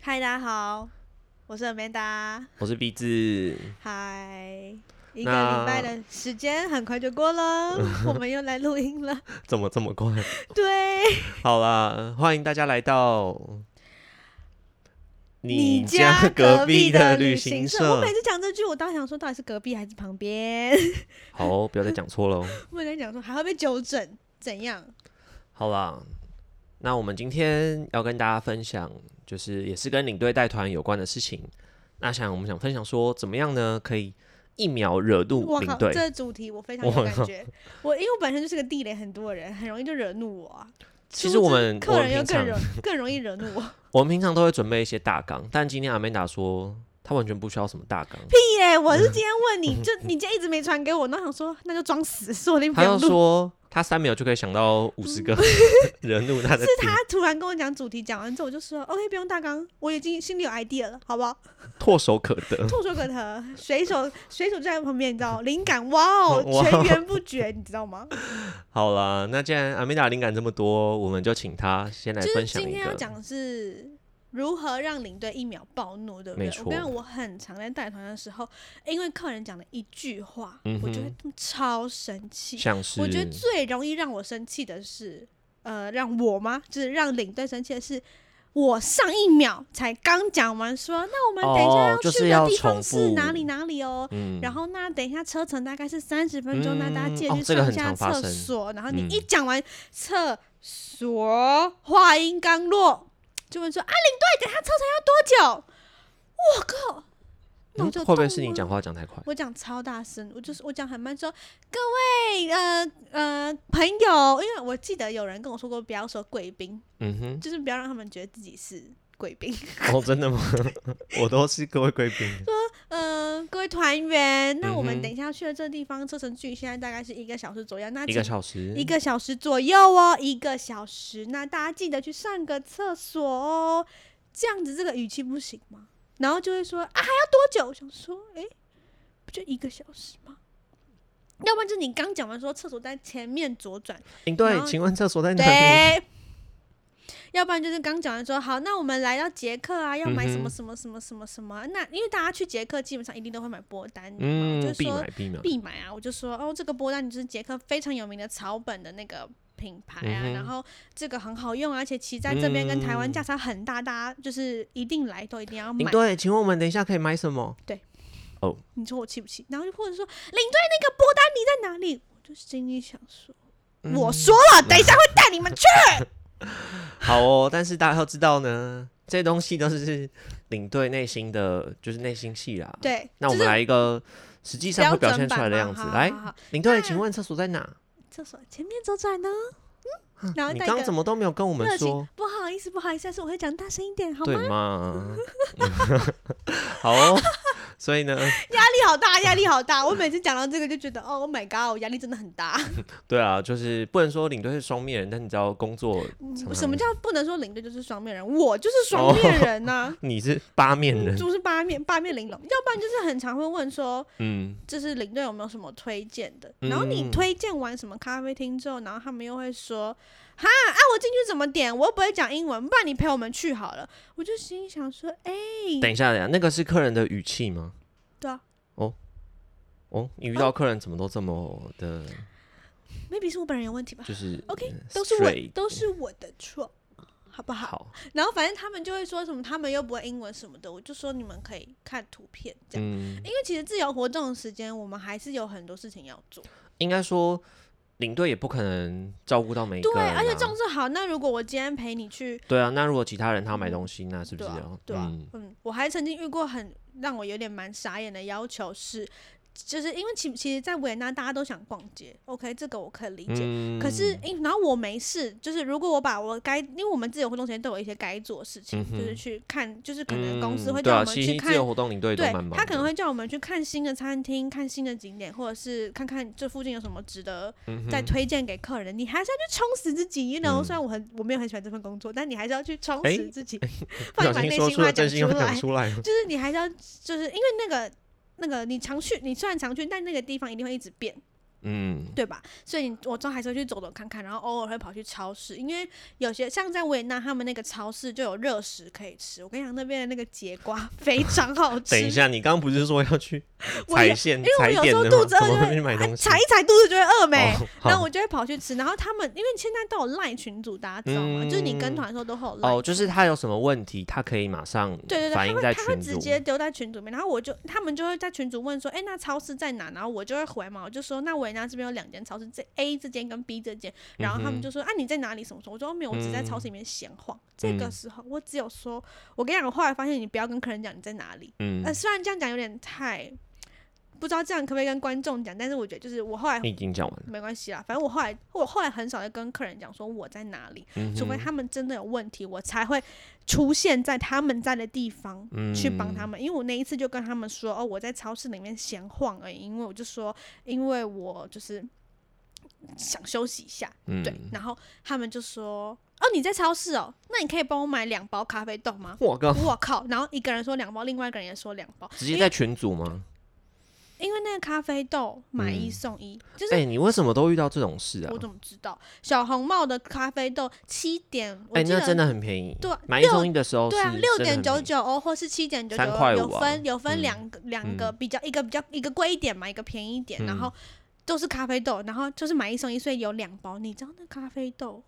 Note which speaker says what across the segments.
Speaker 1: 嗨，大家好，我是 Amanda。
Speaker 2: 我是 B 字，
Speaker 1: 嗨，一个
Speaker 2: 那
Speaker 1: 礼拜的时间很快就过 了，我们又来录音了。
Speaker 2: 怎么这么快？
Speaker 1: 对，
Speaker 2: 好 啦，欢迎大家来到
Speaker 1: 家
Speaker 2: 隔
Speaker 1: 壁
Speaker 2: 的
Speaker 1: 旅
Speaker 2: 行
Speaker 1: 社。我每次讲这句，我当时想说到底是隔壁还是旁边，
Speaker 2: 好哦，不要再讲错 喽。
Speaker 1: 我跟你讲说还会被纠正，怎样？
Speaker 2: 好啦，那我们今天要跟大家分享，就是也是跟领队带团有关的事情。那想我们想分享说，怎么样呢？可以一秒惹怒
Speaker 1: 我
Speaker 2: 哦领
Speaker 1: 靠，
Speaker 2: 队
Speaker 1: 这。个主题我非常有感觉。我因为我本身就是个地雷很多的人，很容易就惹怒我啊。
Speaker 2: 其实
Speaker 1: 殊不
Speaker 2: 我
Speaker 1: 知
Speaker 2: 们我
Speaker 1: 客
Speaker 2: 们
Speaker 1: 人又
Speaker 2: 平
Speaker 1: 更
Speaker 2: 常
Speaker 1: 容更容易惹怒我。
Speaker 2: 我们平常都会准备一些大纲，但今天阿美达说她完全不需要什么大纲，
Speaker 1: 屁嘞！我是今 天问你，就你今天一直没传给我，那我想说那就装死，说我定不
Speaker 2: 他
Speaker 1: 要
Speaker 2: 要
Speaker 1: 录。
Speaker 2: 说他三秒就可以想到五十 个惹怒他的点，
Speaker 1: 嗯他突然跟我讲主题，讲完之后我就说 OK，不用大纲，我已经心里有 idea 了，好不好？
Speaker 2: 唾手可得。
Speaker 1: 唾手可得，水手水手就在旁边，你知道，灵感哇哦，
Speaker 2: 哇哦
Speaker 1: 源源不绝，你知道吗？
Speaker 2: 好啦，那既然阿美达灵感这么多，我们就请他先来
Speaker 1: 就是
Speaker 2: 分享
Speaker 1: 今
Speaker 2: 一
Speaker 1: 天要
Speaker 2: 个。
Speaker 1: 讲的是如何让领队一秒暴怒，对不对
Speaker 2: 没？错
Speaker 1: 我跟你讲，我很常在带团的时候，因为客人讲的一句话，
Speaker 2: 嗯
Speaker 1: 我
Speaker 2: 哼
Speaker 1: 就会超生气。
Speaker 2: 像是
Speaker 1: 我觉得最容易让我生气的是，呃，让我吗？就是让领队生气的是，我上一秒才刚讲完说，那我们等一下
Speaker 2: 哦
Speaker 1: 要
Speaker 2: 就
Speaker 1: 去
Speaker 2: 是
Speaker 1: 的
Speaker 2: 要
Speaker 1: 地方
Speaker 2: 重
Speaker 1: 是哪
Speaker 2: 复
Speaker 1: 里哪里哦。
Speaker 2: 嗯
Speaker 1: 然后那等一下车程大概是三十分钟，那大家
Speaker 2: 嗯
Speaker 1: 记得
Speaker 2: 哦
Speaker 1: 去
Speaker 2: 这个
Speaker 1: 上一
Speaker 2: 很
Speaker 1: 下
Speaker 2: 常发
Speaker 1: 厕
Speaker 2: 生
Speaker 1: 所。然后你
Speaker 2: 嗯
Speaker 1: 一讲完厕所，话音刚落，就问说啊，领队，等一下车程要多久？我靠！那我
Speaker 2: 嗯
Speaker 1: 就
Speaker 2: 会不会
Speaker 1: 动
Speaker 2: 是你
Speaker 1: 啊
Speaker 2: 讲话讲太快？
Speaker 1: 我讲超大声，我就是我讲很慢说，各位呃呃朋友，因为我记得有人跟我说过，不要说贵宾，
Speaker 2: 嗯
Speaker 1: 就是不要让他们觉得自己是贵宾。
Speaker 2: 哼，哦，真的吗？ 我都是各位贵宾。
Speaker 1: 嗯、各位团员，那我
Speaker 2: 嗯
Speaker 1: 们
Speaker 2: 哼
Speaker 1: 等一下去的这地方，车程距离现在大概是一个小时左右，那
Speaker 2: 一
Speaker 1: 请
Speaker 2: 个小时，
Speaker 1: 一个小时左右哦，一个小时，那大家记得去上个厕所哦。这样子这个语气不行吗？然后就会说啊，还要多久？我想说，诶，不就一个小时吗？要不然就是你刚讲完说厕所在前面左转，然
Speaker 2: 领队，
Speaker 1: 后
Speaker 2: 请问厕所在哪 里？
Speaker 1: 对。要不然就是刚讲完说好，那我们来到捷克啊，要买什
Speaker 2: 嗯
Speaker 1: 么
Speaker 2: 哼
Speaker 1: 什么什么什么什么？那因为大家去捷克基本上一定都会买波丹尼嘛，就
Speaker 2: 嗯，
Speaker 1: 是
Speaker 2: 必
Speaker 1: 说
Speaker 2: 买必买。
Speaker 1: 必买啊！我就说哦，这个波丹尼就是捷克非常有名的草本的那个品牌啊，
Speaker 2: 嗯哼
Speaker 1: 然后这个很好用，啊而且其实在这边跟台湾
Speaker 2: 嗯
Speaker 1: 价差很大，大家就是一定来都一定要买
Speaker 2: 领。队，请问我们等一下可以买什么？
Speaker 1: 你说我气不气？然后就或者说领队那个波丹尼在哪里？我就心里想说，我说了，
Speaker 2: 嗯
Speaker 1: 等一下会带你们 去。
Speaker 2: 好哦， 但是大家要知道呢，这些东西都是领队内心的，就是内心戏啦。，
Speaker 1: 对，
Speaker 2: 那我们来一个实际上会表现出来的样子。
Speaker 1: 啊
Speaker 2: 来，领
Speaker 1: 那
Speaker 2: 队，请问厕所在哪？
Speaker 1: 厕所前面左转呢。嗯，然后
Speaker 2: 你
Speaker 1: 带一
Speaker 2: 刚
Speaker 1: 个
Speaker 2: 刚怎么都没有跟我
Speaker 1: 热
Speaker 2: 们
Speaker 1: 情
Speaker 2: 说？
Speaker 1: 不好意思，不好意思，但是我会讲大声一点，好吗？
Speaker 2: 对吗？ 好哦， 所以呢，
Speaker 1: 压力好大， 压力好大。我每次讲到这个就觉得，哦，Oh my god，我压力真的很大。
Speaker 2: 对啊，就是不能说领队是双面人，但你知道工作常常
Speaker 1: 什么叫不能说领队就是双面人？我就是双面人 呐、
Speaker 2: 你是八面人，
Speaker 1: 就是八面八面玲珑。要不然就是很常会问说，
Speaker 2: 嗯，
Speaker 1: 就是领队有没有什么推荐的？
Speaker 2: 嗯
Speaker 1: 然后你推荐完什么咖啡厅之后，然后他们又会说，哈啊，我进去怎么点？我又不会讲英文，不然你陪我们去好了。我就心里想说，哎、
Speaker 2: 嗯等一下，等一下，那个是客人的语气吗？
Speaker 1: 对啊。
Speaker 2: 哦，哦，你遇到客人怎么都这么的，
Speaker 1: ，maybe 是我本人有问题吧
Speaker 2: 就是
Speaker 1: 啊？OK，
Speaker 2: 呃
Speaker 1: 都是我
Speaker 2: straight
Speaker 1: 都是我的错，好不好？
Speaker 2: 好，
Speaker 1: 然后反正他们就会说什么他们又不会英文什么的，我就说你们可以看图片这样，
Speaker 2: 嗯，
Speaker 1: 因为其实自由活动的时间我们还是有很多事情要做。
Speaker 2: 应该说领队也不可能照顾到每一个
Speaker 1: 对，
Speaker 2: 人、啊，
Speaker 1: 而且重视好，那如果我今天陪你去，
Speaker 2: 对啊，那如果其他人他要买东西，那是不
Speaker 1: 对
Speaker 2: 是
Speaker 1: 啊
Speaker 2: 要？，
Speaker 1: 对啊
Speaker 2: 嗯，，
Speaker 1: 嗯，我还曾经遇过很让我有点蛮傻眼的要求是，就是因为其其实，在维也纳大家都想逛街，OK，这个我可以理解。
Speaker 2: 嗯
Speaker 1: 可是，因然后我没事，就是如果我把我该，因为我们自由活动时间都有一些该做的事情，
Speaker 2: 嗯哼
Speaker 1: 就是去看，就是可能公司会
Speaker 2: 对
Speaker 1: 叫
Speaker 2: 啊
Speaker 1: 我们
Speaker 2: 其
Speaker 1: 去
Speaker 2: 实
Speaker 1: 看
Speaker 2: 自由活动领队都
Speaker 1: 对
Speaker 2: 蛮忙的，
Speaker 1: 他可能会叫我们去看新的餐厅、看新的景点，或者是看看这附近有什么值得再推荐给客人。你还是要去充实自己，you know、
Speaker 2: 嗯
Speaker 1: 虽然我很我没有很喜欢这份工作，但你还是要去充
Speaker 2: 哎
Speaker 1: 实自己，
Speaker 2: 不
Speaker 1: 把
Speaker 2: 小
Speaker 1: 把
Speaker 2: 心
Speaker 1: 内
Speaker 2: 说
Speaker 1: 心
Speaker 2: 出
Speaker 1: 话
Speaker 2: 了
Speaker 1: 讲
Speaker 2: 真心话
Speaker 1: 来
Speaker 2: 讲。出来了，
Speaker 1: 就是你还是要，就是因为那个那个你常去，你虽然常去，但那个地方一定会一直变。
Speaker 2: 嗯，
Speaker 1: 对吧？所以你我之后还是会去走走看看，然后偶尔会跑去超市，因为有些像在维也纳，他们那个超市就有热食可以吃。我跟你讲，那边的那个节瓜非常 好吃。
Speaker 2: 等一，下，你刚刚不是说要去
Speaker 1: 我有
Speaker 2: 踩线
Speaker 1: 因为我
Speaker 2: 踩
Speaker 1: 有
Speaker 2: 点
Speaker 1: 时候
Speaker 2: 的
Speaker 1: 肚
Speaker 2: 吗？
Speaker 1: 子饿
Speaker 2: 怎
Speaker 1: 就
Speaker 2: 么
Speaker 1: 会
Speaker 2: 会去买东西？
Speaker 1: 踩一踩肚子就会饿没。
Speaker 2: 哦
Speaker 1: 然后
Speaker 2: 好
Speaker 1: 我就会跑去吃，然后他们因为现在都有赖群组，大家知道吗？就是你跟团的时候都会有赖
Speaker 2: 嗯哦，就是他有什么问题，他可以马上
Speaker 1: 对对对，他
Speaker 2: 反映
Speaker 1: 会
Speaker 2: 在
Speaker 1: 他会
Speaker 2: 群
Speaker 1: 直
Speaker 2: 组。
Speaker 1: 接丢在群组里面，然后我就他们就会在群组问说，哎，那超市在哪？然后我就会回嘛，我就说那维也纳这边有两间超市，这 A 这间跟 B 这
Speaker 2: 嗯
Speaker 1: 间，然后他们就说、啊你在哪里什么什么，我说哦没有，我只在超市里面闲晃。这个
Speaker 2: 嗯
Speaker 1: 时候我只有说，我跟你讲，我后来发现你不要跟客人讲你在哪里，
Speaker 2: 嗯
Speaker 1: 呃，，虽然这样讲有点太不知道这样可不可以跟观众讲，但是我觉得就是我后来
Speaker 2: 你已经讲完了。
Speaker 1: 没关系啦，反正我后来我后来很少在跟客人讲说我在哪里，
Speaker 2: 嗯
Speaker 1: 除非
Speaker 2: 哼
Speaker 1: 他们真的有问题，我才会出现在他们在的地方
Speaker 2: 嗯
Speaker 1: 去帮他们。因为我那一次就跟他们说，哦，我在超市里面闲晃而已，因为我就说，因为我就是想休息一下，
Speaker 2: 嗯
Speaker 1: 对。然后他们就说，哦，你在超市哦，那你可以帮我买两包咖啡豆 吗？
Speaker 2: 我刚
Speaker 1: 我靠！然后一个人说两包，另外一个人也说两包，
Speaker 2: 直接在群组吗？
Speaker 1: 因为那个咖啡豆买一
Speaker 2: 嗯
Speaker 1: 送一，就是
Speaker 2: 哎、你为什么都遇到这种事啊
Speaker 1: 我？怎么知道？小红帽的咖啡豆七点，我
Speaker 2: 哎、
Speaker 1: 记
Speaker 2: 那
Speaker 1: 得
Speaker 2: 真的很便宜。
Speaker 1: 对啊
Speaker 2: 买一送一的时候是
Speaker 1: 对啊，
Speaker 2: 真的
Speaker 1: 六
Speaker 2: 很
Speaker 1: 点
Speaker 2: 便
Speaker 1: 九
Speaker 2: 宜
Speaker 1: 九欧或是七点九九
Speaker 2: 3块
Speaker 1: 欧，有
Speaker 2: 五啊
Speaker 1: 分有分
Speaker 2: 嗯嗯
Speaker 1: 两个两个比较，一个比较一个贵一点嘛，一个便宜一点，然后都是咖啡豆，然后就是买一送一，所以有两包。你知道那咖啡豆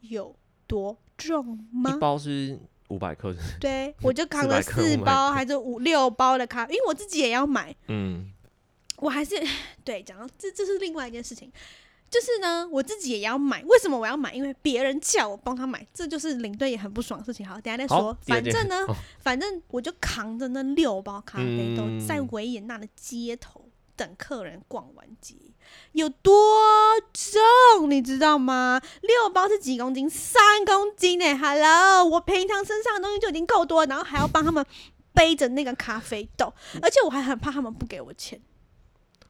Speaker 1: 有多重吗
Speaker 2: 一？包是五百克，
Speaker 1: 对，我就扛
Speaker 2: 400
Speaker 1: 了
Speaker 2: 克
Speaker 1: 四
Speaker 2: 500
Speaker 1: 包
Speaker 2: 克
Speaker 1: 还是五六包的咖，因为我自己也要买，
Speaker 2: 嗯，
Speaker 1: 我还是对讲到这，这是另外一件事情。就是呢，我自己也要买。为什么我要买？因为别人叫我帮他买，这就是领队也很不爽的事情。好，等一下再
Speaker 2: 好
Speaker 1: 说。
Speaker 2: 第二
Speaker 1: 反
Speaker 2: 件
Speaker 1: 正呢，
Speaker 2: 哦
Speaker 1: 反正我就扛着那六包咖啡豆，
Speaker 2: 嗯
Speaker 1: 在维也纳的街头等客人逛完街，有多重你知道吗？六包是几公斤？三公斤呢、h e l l o 我平常身上的东西就已经够多了，然后还要帮他们背着那个咖啡豆，而且我还很怕他们不给我钱。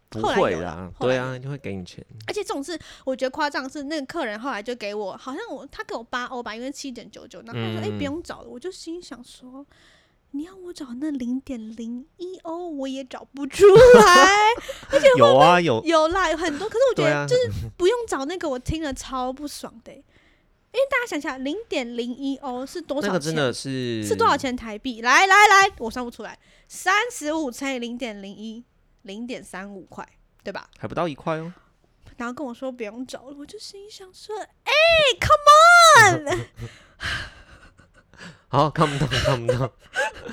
Speaker 2: 不
Speaker 1: 后来
Speaker 2: 会
Speaker 1: 有
Speaker 2: 啦
Speaker 1: 了，后
Speaker 2: 对
Speaker 1: 来
Speaker 2: 啊，一定会给你钱。
Speaker 1: 而且这种事，我觉得夸张的是，那个客人后来就给我，好像我他给我八欧吧，因为七点九九，然后他说：“哎、
Speaker 2: 嗯
Speaker 1: 不用找了。”我就心想说：“你要我找那零点零一欧，我也找不出 来。
Speaker 2: 有啊，有，
Speaker 1: 有啦，有很多，可是我觉
Speaker 2: 对
Speaker 1: 得
Speaker 2: 啊，
Speaker 1: 就是不用找那个，我听了超不爽的欸、因为大家想想，零点零一欧是多
Speaker 2: 那
Speaker 1: 少
Speaker 2: 个
Speaker 1: 钱？
Speaker 2: 真的是
Speaker 1: 是多少？钱台币？来来来，我算不出来，三十五乘以零点零一，零点三五块，对吧？
Speaker 2: 还不到一块哦。
Speaker 1: 然后跟我说不用找了，我就心想说，哎、c o m e on，
Speaker 2: 好，看不到，看不到。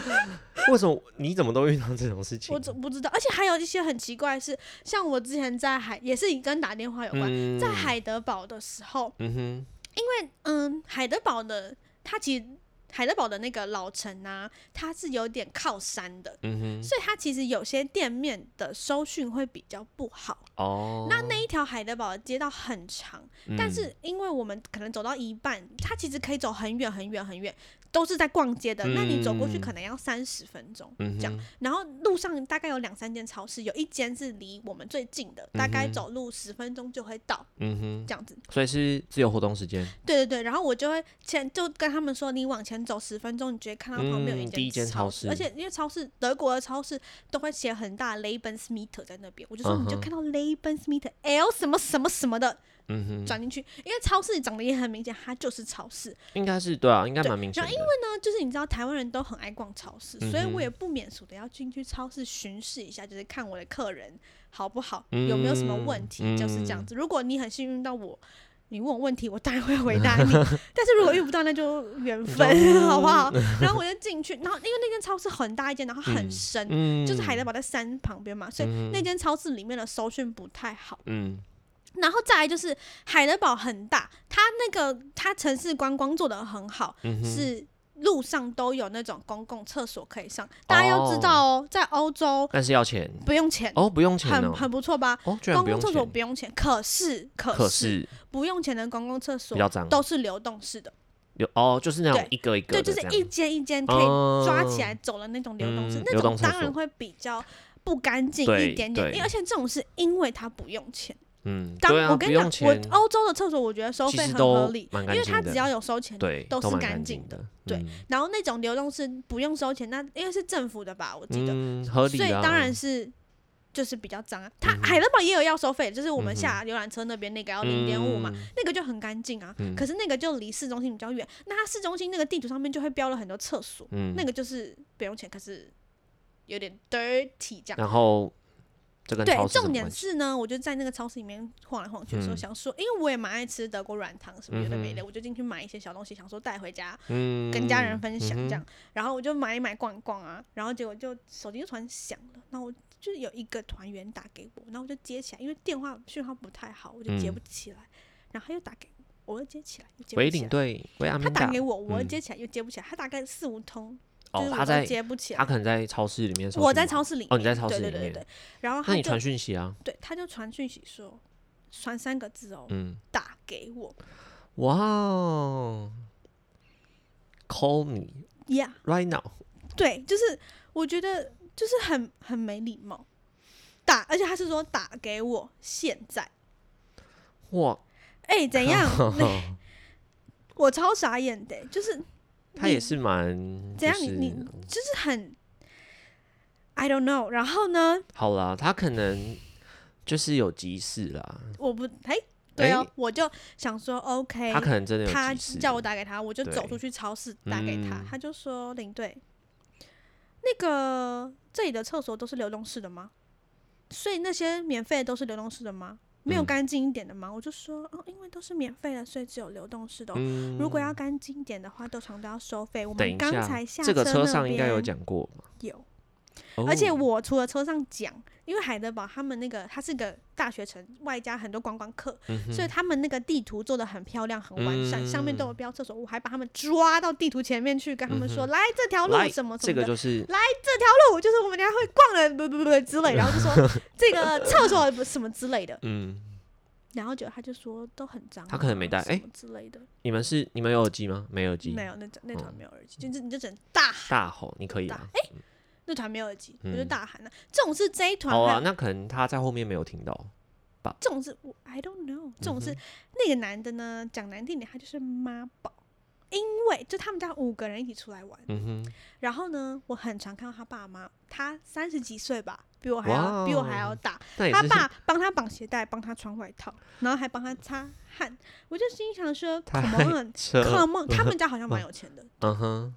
Speaker 2: 为什么？你怎么都遇到这种事情？
Speaker 1: 我怎么不知道？而且还有一些很奇怪的是，像我之前在海，也是跟打电话有关，
Speaker 2: 嗯
Speaker 1: 在，海德堡的时候，
Speaker 2: 嗯哼，
Speaker 1: 嗯，海德堡的它其实海德堡的那个老城啊，它是有点靠山的，
Speaker 2: 嗯哼，
Speaker 1: 所以它其实有些店面的收讯会比较不好。
Speaker 2: 哦，
Speaker 1: 那那一条海德堡的街道很长，但
Speaker 2: 嗯
Speaker 1: 是因为我们可能走到一半，它其实可以走很远很远很远，都是在逛街的。那你走过去
Speaker 2: 嗯
Speaker 1: 可能要三十分钟，
Speaker 2: 嗯
Speaker 1: 这样
Speaker 2: 哼
Speaker 1: 然后路上大概有两三间超市，有一间是离我们最近的，大概
Speaker 2: 嗯哼
Speaker 1: 走路十分钟就会到，
Speaker 2: 嗯哼，
Speaker 1: 这样子。
Speaker 2: 所以是自由活动时间。
Speaker 1: 对对对，然后我就会前就跟他们说，你往前走十分钟，你就会看到旁边有
Speaker 2: 嗯第
Speaker 1: 一
Speaker 2: 一间
Speaker 1: 超
Speaker 2: 超
Speaker 1: 市，
Speaker 2: 市
Speaker 1: 而且因为超市德国的超市都会写很大 Lebensmeter 在那边，我就说
Speaker 2: 嗯
Speaker 1: 你就
Speaker 2: 哼
Speaker 1: 看到 Lebensmeter L 什么什么什么的
Speaker 2: 嗯哼，
Speaker 1: 转进去，因为超市长得也很明显，它就是超市。
Speaker 2: 应该是对啊，应该
Speaker 1: 对
Speaker 2: 蛮明显
Speaker 1: 然
Speaker 2: 的。
Speaker 1: 后因为呢，就是你知道台湾人都很爱逛超市，所
Speaker 2: 嗯
Speaker 1: 以我也不免俗的要进去超市巡视一下，就是看我的客人好不好，有没有什么问题，
Speaker 2: 嗯
Speaker 1: 就是这样子。如果你很幸运到我。你问我问题，我当然会回答 你。但是如果遇不到，那就缘分，好不好？然后我就进去，然后因为那间超市很大一间，然后很
Speaker 2: 嗯
Speaker 1: 深，
Speaker 2: 嗯
Speaker 1: 就是海德堡在山旁边嘛，所以那间超市里面的搜讯不太好。
Speaker 2: 嗯
Speaker 1: 然后再来就是海德堡很大，它那个它城市观光做得很好，
Speaker 2: 嗯哼
Speaker 1: 是路上都有那种公共厕所可以上。大家要知道哦，在欧洲
Speaker 2: 但是要钱
Speaker 1: 不用钱，
Speaker 2: 哦，不用钱
Speaker 1: 很
Speaker 2: 哦，
Speaker 1: 很不错吧？
Speaker 2: 哦，居然
Speaker 1: 公
Speaker 2: 不用
Speaker 1: 共厕所不
Speaker 2: 钱，
Speaker 1: 用钱，可是可是
Speaker 2: 可是
Speaker 1: 不用钱的公共厕所
Speaker 2: 比较脏，
Speaker 1: 都是流动式的，
Speaker 2: 有哦，就是那种
Speaker 1: 对
Speaker 2: 一个一个
Speaker 1: 对，就
Speaker 2: 的
Speaker 1: 是
Speaker 2: 这样，
Speaker 1: 一间一间可以
Speaker 2: 哦
Speaker 1: 抓起来走的那种流动式，
Speaker 2: 嗯
Speaker 1: 那
Speaker 2: 流
Speaker 1: 种
Speaker 2: 动厕所
Speaker 1: 当然会比较不干净
Speaker 2: 对
Speaker 1: 一点点，
Speaker 2: 对
Speaker 1: 因为而且这种是因为它不用钱。
Speaker 2: 嗯，
Speaker 1: 当、
Speaker 2: 对啊，
Speaker 1: 我跟
Speaker 2: 不
Speaker 1: 你
Speaker 2: 用
Speaker 1: 讲，我哦
Speaker 2: 钱，
Speaker 1: 欧洲的厕所我觉得收
Speaker 2: 其
Speaker 1: 费
Speaker 2: 实
Speaker 1: 很
Speaker 2: 都
Speaker 1: 合理，
Speaker 2: 蛮
Speaker 1: 因
Speaker 2: 干
Speaker 1: 为
Speaker 2: 净
Speaker 1: 它
Speaker 2: 的
Speaker 1: 只要有收钱，
Speaker 2: 对
Speaker 1: 都是
Speaker 2: 蛮
Speaker 1: 干
Speaker 2: 干
Speaker 1: 净的
Speaker 2: 的，
Speaker 1: 对
Speaker 2: 嗯，
Speaker 1: 然后那种流动是不用收钱，那因为是政府的吧，我记得，
Speaker 2: 嗯嗯，合理嗯
Speaker 1: 所以
Speaker 2: 啊
Speaker 1: 当然是就是比较脏啊。它海德堡也有要收费，就是我们下游览车那边那个要零点五嘛，
Speaker 2: 嗯
Speaker 1: 那个就很干净啊。
Speaker 2: 嗯
Speaker 1: 可是那个就离市中心比较远，那它市中心那个地图上面就会标了很多厕所，
Speaker 2: 嗯，
Speaker 1: 那个就是不用钱，可是有点 dirty 这样。
Speaker 2: 然后这跟
Speaker 1: 对
Speaker 2: 超，市什
Speaker 1: 重
Speaker 2: 么
Speaker 1: 点
Speaker 2: 关系
Speaker 1: 是呢，我就在那个超市里面晃来晃去的时候，
Speaker 2: 嗯
Speaker 1: 想说，因为我也蛮爱吃德国软糖什么有的没
Speaker 2: 嗯
Speaker 1: 的，我就进去买一些小东西，想说带回家
Speaker 2: 嗯，
Speaker 1: 跟家人分享
Speaker 2: 嗯哼
Speaker 1: 这样。然后我就买一买逛一逛啊，然后结果就手机就突然响了，那我就有一个团员打给我，然后我就接起来，因为电话讯号不太好，我就接
Speaker 2: 嗯
Speaker 1: 不起来。然后他又打给我，我又接起来，又接
Speaker 2: 维
Speaker 1: 不起
Speaker 2: 领
Speaker 1: 来。
Speaker 2: 队维阿
Speaker 1: 他
Speaker 2: 明
Speaker 1: 打
Speaker 2: 达
Speaker 1: 给我，我又
Speaker 2: 嗯
Speaker 1: 接起来，又接不起来。他大概四五通，就
Speaker 2: 哦
Speaker 1: 是，
Speaker 2: 他
Speaker 1: 我都
Speaker 2: 在
Speaker 1: 接不起
Speaker 2: 他
Speaker 1: 来。
Speaker 2: 可能在超市里面搜寻吗，
Speaker 1: 我在超市里面，
Speaker 2: 哦你在超市
Speaker 1: 对
Speaker 2: 里
Speaker 1: 对对
Speaker 2: 面
Speaker 1: 对。然后
Speaker 2: 那
Speaker 1: 他
Speaker 2: 你
Speaker 1: 就
Speaker 2: 传讯息啊，
Speaker 1: 对，他就传讯息说，传三个字哦，
Speaker 2: 嗯，
Speaker 1: 打给我
Speaker 2: 哇哦，call me
Speaker 1: ，Yeah，
Speaker 2: right now，
Speaker 1: 对，就是我觉得就是很很没礼貌，打，而且他是说打给我现在，
Speaker 2: 哇，
Speaker 1: 哎、怎样？ 我超傻眼的、就是
Speaker 2: 他也是蛮
Speaker 1: 怎
Speaker 2: 就
Speaker 1: 样？你你
Speaker 2: 是
Speaker 1: 就是很，I don't know。然后呢，
Speaker 2: 好啦，他可能就是有急事啦，
Speaker 1: 我不，哎、对哦，
Speaker 2: 哎
Speaker 1: 我就想说，OK，
Speaker 2: 他可能真的
Speaker 1: 他
Speaker 2: 有急事，
Speaker 1: 叫我打给他，我就走
Speaker 2: 对
Speaker 1: 出去超市打给他，
Speaker 2: 嗯
Speaker 1: 他就说领队，那个这里的厕所都是流动式的吗？所以那些免费的都是流动式的吗？没有
Speaker 2: 嗯
Speaker 1: 干净一点的吗？我就说哦，因为都是免费的，所以只有流动式的哦、
Speaker 2: 嗯，
Speaker 1: 如果要干净一点的话，通常都要收费。我
Speaker 2: 等
Speaker 1: 们
Speaker 2: 一
Speaker 1: 刚
Speaker 2: 下
Speaker 1: 才，下
Speaker 2: 这个车
Speaker 1: 车
Speaker 2: 上应该有
Speaker 1: 讲
Speaker 2: 讲过嘛，
Speaker 1: 有，
Speaker 2: 哦
Speaker 1: 而且我除了车上讲，因为海德堡他们那个它是个大学城，外加很多观光客，
Speaker 2: 嗯哼
Speaker 1: 所以他们那个地图做的很漂亮、很完善，上面都
Speaker 2: 嗯
Speaker 1: 有标厕所。我还把他们抓到地图前面去，跟他们说：“来，这条路
Speaker 2: 来
Speaker 1: 什么什
Speaker 2: 这
Speaker 1: 么
Speaker 2: 个
Speaker 1: 的
Speaker 2: 就是
Speaker 1: 路，就是我们等一下会逛的，不不不之 类。”然后就说这个厕所不什么之类的。
Speaker 2: 嗯，
Speaker 1: 然后就他就说都很脏啊，
Speaker 2: 他可能没带哎
Speaker 1: 什么之类的，
Speaker 2: 你们是你们有耳机吗？没有耳机
Speaker 1: 没，有那团那团
Speaker 2: 嗯
Speaker 1: 没有耳机，就是你就只能大喊，
Speaker 2: 大吼你可以
Speaker 1: 大
Speaker 2: 啊，
Speaker 1: 那团没有耳机，我
Speaker 2: 嗯
Speaker 1: 就大喊了。这种是这一团
Speaker 2: 好
Speaker 1: 还
Speaker 2: 啊，
Speaker 1: 有
Speaker 2: 那可能他在后面没有听到，
Speaker 1: 这种是我 I don't
Speaker 2: 嗯
Speaker 1: know，这种是、那个男的呢，讲难听点，他就是妈宝，因为就他们家五个人一起出来玩，
Speaker 2: 嗯哼，
Speaker 1: 然后呢，我很常看到他爸妈，他三十几岁吧，比我还
Speaker 2: 哇
Speaker 1: 要
Speaker 2: 哦
Speaker 1: 比我还要大，
Speaker 2: 那也
Speaker 1: 他
Speaker 2: 是
Speaker 1: 爸帮他绑鞋带，帮他穿外套，然后还帮他擦汗，我就心想说
Speaker 2: 太呃
Speaker 1: ，Come
Speaker 2: 车，
Speaker 1: on，Come on，他们家好像蛮有钱的，
Speaker 2: 嗯哼，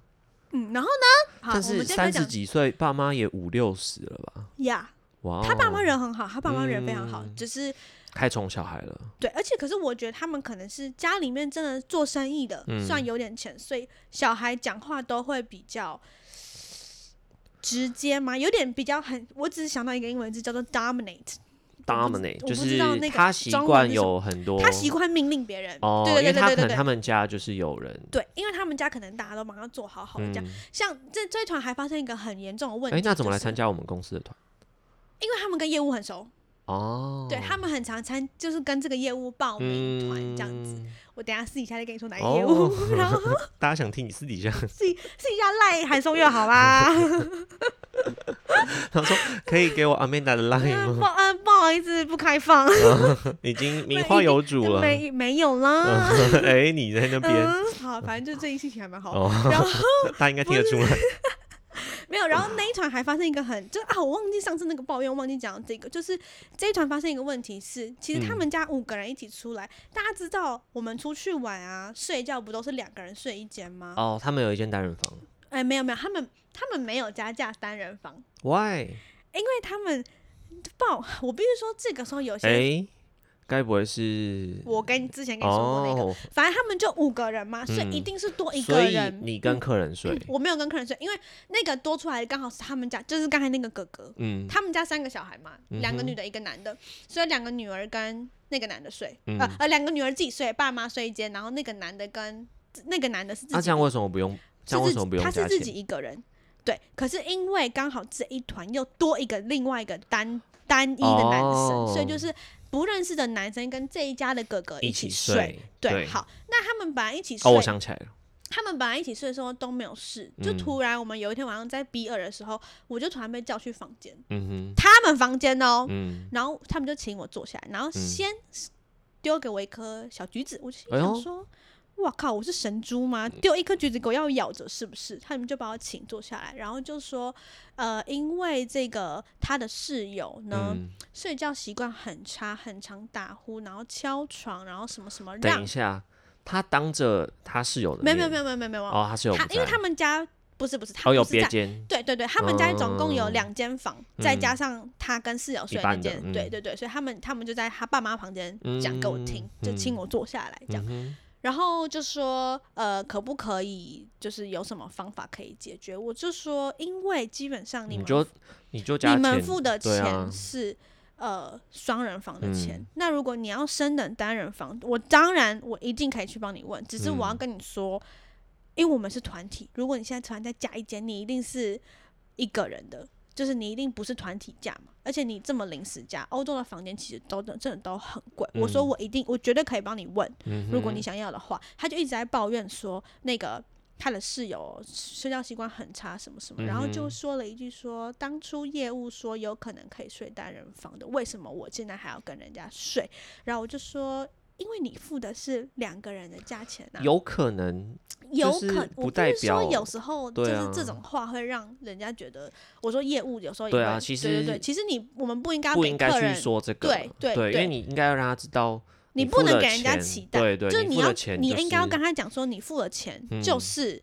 Speaker 1: 嗯，然后呢，好，
Speaker 2: 但
Speaker 1: 我
Speaker 2: 是
Speaker 1: 们先不要
Speaker 2: 三
Speaker 1: 讲
Speaker 2: 十几岁，爸妈也五六十了吧？
Speaker 1: 呀
Speaker 2: 哇哦，
Speaker 1: 他爸妈人很好，他爸妈人非常好，
Speaker 2: 嗯
Speaker 1: 只是
Speaker 2: 开宠小孩了，
Speaker 1: 对，而且可是我觉得他们可能是家里面真的做生意的，
Speaker 2: 嗯
Speaker 1: 算有点钱，所以小孩讲话都会比较直接嘛，有点比较很。我只是想到一个英文字叫做 dominate，我不知
Speaker 2: dominate
Speaker 1: 我
Speaker 2: 就
Speaker 1: 不知道那个
Speaker 2: 他习
Speaker 1: 中文
Speaker 2: 惯
Speaker 1: 是什么
Speaker 2: 有很多，
Speaker 1: 他习惯命令别人。
Speaker 2: 哦，
Speaker 1: 对对
Speaker 2: 因为
Speaker 1: 对
Speaker 2: 他
Speaker 1: 对
Speaker 2: 可
Speaker 1: 对
Speaker 2: 能他
Speaker 1: 对。
Speaker 2: 们家就是有人，
Speaker 1: 对，因为他们家可能大家都马上做好哦好的这样，
Speaker 2: 嗯，
Speaker 1: 像这这一团还发生一个很严重的问题，
Speaker 2: 哎，那怎么来
Speaker 1: 就是
Speaker 2: 参加我们公司的团？
Speaker 1: 因为他们跟业务很熟，
Speaker 2: 哦，
Speaker 1: 对他们很常参，就是跟这个业务报名团这样子。
Speaker 2: 嗯
Speaker 1: 我等一下私底下再跟你说哪个业务，
Speaker 2: 哦
Speaker 1: 然后
Speaker 2: 大家想听你私底下，
Speaker 1: 私底私底下赖韩松月好 啦。
Speaker 2: 他说可以给我 Amanda 的 line
Speaker 1: 嗯，不，
Speaker 2: 吗？
Speaker 1: 嗯，不好意思，不开放，
Speaker 2: 已经
Speaker 1: 已
Speaker 2: 名花
Speaker 1: 经
Speaker 2: 有主 了。
Speaker 1: 没没有 啦。
Speaker 2: 哎，你在那边
Speaker 1: 嗯，好，反正就最近心情还蛮好。
Speaker 2: 哦，
Speaker 1: 然后
Speaker 2: 他应该听得出来。
Speaker 1: 没有，然后那一团还发生一个很，就啊，我忘记上次那个抱怨，忘记讲这个，就是这一团发生一个问题是，其实他
Speaker 2: 嗯
Speaker 1: 们家五个人一起出来，大家知道我们出去玩啊，睡觉不都是两个人睡一间吗？
Speaker 2: 哦，他们有一间单人房
Speaker 1: 哎、没有没有，他们他们没有加价单人房，
Speaker 2: ，Why？
Speaker 1: 因为他们报，我必须说这个时候有些，
Speaker 2: 哎，该不会是
Speaker 1: 我跟之前跟你说过那个，
Speaker 2: 哦？
Speaker 1: 反正他们就五个人嘛，所以
Speaker 2: 嗯
Speaker 1: 一定是多一
Speaker 2: 所
Speaker 1: 个
Speaker 2: 以
Speaker 1: 人。嗯
Speaker 2: 你跟客人睡，
Speaker 1: 我没有跟客人睡，因为那个多出来的刚好是他们家，就是刚才那个哥哥，
Speaker 2: 嗯
Speaker 1: 他们家三个小孩嘛，
Speaker 2: 嗯哼
Speaker 1: 两个女的，一个男的，所以两个女儿跟那个男的睡，
Speaker 2: 嗯
Speaker 1: 呃呃，两个女儿自己睡，爸妈睡一间，然后那个男的跟那个男的是自己，
Speaker 2: 那这样为什么不用？
Speaker 1: 是
Speaker 2: 这样为
Speaker 1: 自
Speaker 2: 什么
Speaker 1: 己，
Speaker 2: 不用
Speaker 1: 他是
Speaker 2: 加
Speaker 1: 自
Speaker 2: 钱
Speaker 1: 己？一个人，对，可是因为刚好这一团又多一个另外一个单单一的男生，
Speaker 2: 哦
Speaker 1: 所以就是不认识的男生跟呃这一家的哥哥
Speaker 2: 一
Speaker 1: 起
Speaker 2: 起
Speaker 1: 睡，
Speaker 2: 睡，
Speaker 1: 对，
Speaker 2: 对。
Speaker 1: 好，那他们本来一起睡。
Speaker 2: 哦，我想起来了，
Speaker 1: 他们本来一起睡的时候都没有事，就
Speaker 2: 嗯
Speaker 1: 突然我们有一天晚上在比尔的时候，我就突然被叫去房间，
Speaker 2: 嗯
Speaker 1: 他们房间哦、
Speaker 2: 哼，嗯，
Speaker 1: 然后他们就请我坐下来，然后
Speaker 2: 嗯
Speaker 1: 先丢给我一颗小橘子，我就心
Speaker 2: 哎呦嗯
Speaker 1: 想说，哇靠！我是神猪吗？丢一颗橘子狗要咬着是不是？他们就把我请坐下来，然后就说，呃，因为这个他的室友呢、
Speaker 2: 嗯，
Speaker 1: 睡觉习惯很差，很常打呼，然后敲床，然后什么什么
Speaker 2: 等
Speaker 1: 让
Speaker 2: 一，下，他当着他室友的
Speaker 1: 没有没有
Speaker 2: 面
Speaker 1: 没有没有没有没有，
Speaker 2: 哦，他室友不
Speaker 1: 他因为
Speaker 2: 在
Speaker 1: 他们家不是不是他
Speaker 2: 哦有
Speaker 1: 不是
Speaker 2: 别
Speaker 1: 在。
Speaker 2: 间，
Speaker 1: 对对对，他们家总共有
Speaker 2: 嗯
Speaker 1: 两间房，再
Speaker 2: 嗯
Speaker 1: 加上他跟室友睡那
Speaker 2: 般的
Speaker 1: 间，
Speaker 2: 嗯
Speaker 1: 对对对，所以他们他们就在他爸妈房间讲给我听，
Speaker 2: 嗯
Speaker 1: 就
Speaker 2: 嗯
Speaker 1: 请我坐下来这样，
Speaker 2: 嗯哼，
Speaker 1: 然后就说呃，可不可以就是有什么方法可以解决？我就说，因为基本上你
Speaker 2: 你
Speaker 1: 们
Speaker 2: 就你就加
Speaker 1: 你们
Speaker 2: 钱
Speaker 1: 付的
Speaker 2: 对啊
Speaker 1: 钱是、呃双人房的钱、
Speaker 2: 嗯
Speaker 1: 那如果你要升等单人房，我当然我一定可以去帮你问，只是我要
Speaker 2: 嗯
Speaker 1: 跟你说，因为我们是团体，如果你现在团再加一间，你一定是一个人的。就是你一定不是团体价嘛，而且你这么临时价，欧洲的房间其实都真的都很贵。我说
Speaker 2: 嗯
Speaker 1: 我一定，我绝对可以帮你问，
Speaker 2: 嗯
Speaker 1: 如果
Speaker 2: 哼
Speaker 1: 你想要的话，他就一直在抱怨说那个他的室友睡觉习惯很差什么什么，然后
Speaker 2: 嗯
Speaker 1: 就
Speaker 2: 哼
Speaker 1: 说了一句说当初业务说有可能可以睡单人房的，为什么我现在还要跟人家睡？然后我就说。因为你付的是两个人的价钱啊，
Speaker 2: 有可能
Speaker 1: 有
Speaker 2: 就是
Speaker 1: 可
Speaker 2: 不
Speaker 1: 我
Speaker 2: 代
Speaker 1: 是说
Speaker 2: 表
Speaker 1: 有时候就
Speaker 2: 对
Speaker 1: 是
Speaker 2: 啊
Speaker 1: 这种话会让人家觉得，我说业务有时候也
Speaker 2: 对啊
Speaker 1: 会
Speaker 2: 其
Speaker 1: 对对对
Speaker 2: 实
Speaker 1: 其实你我们不应该
Speaker 2: 不
Speaker 1: 给
Speaker 2: 应该
Speaker 1: 客人
Speaker 2: 去，说这个，
Speaker 1: 对对
Speaker 2: 因
Speaker 1: 对
Speaker 2: 为你应该要让他知道
Speaker 1: 你
Speaker 2: 付
Speaker 1: 不能
Speaker 2: 了
Speaker 1: 给人家
Speaker 2: 钱
Speaker 1: 期待，
Speaker 2: 对对，
Speaker 1: 就是
Speaker 2: 你付
Speaker 1: 要
Speaker 2: 了钱
Speaker 1: 你
Speaker 2: 就
Speaker 1: 应该要
Speaker 2: 是
Speaker 1: 跟他讲说，你付了钱
Speaker 2: 嗯
Speaker 1: 就是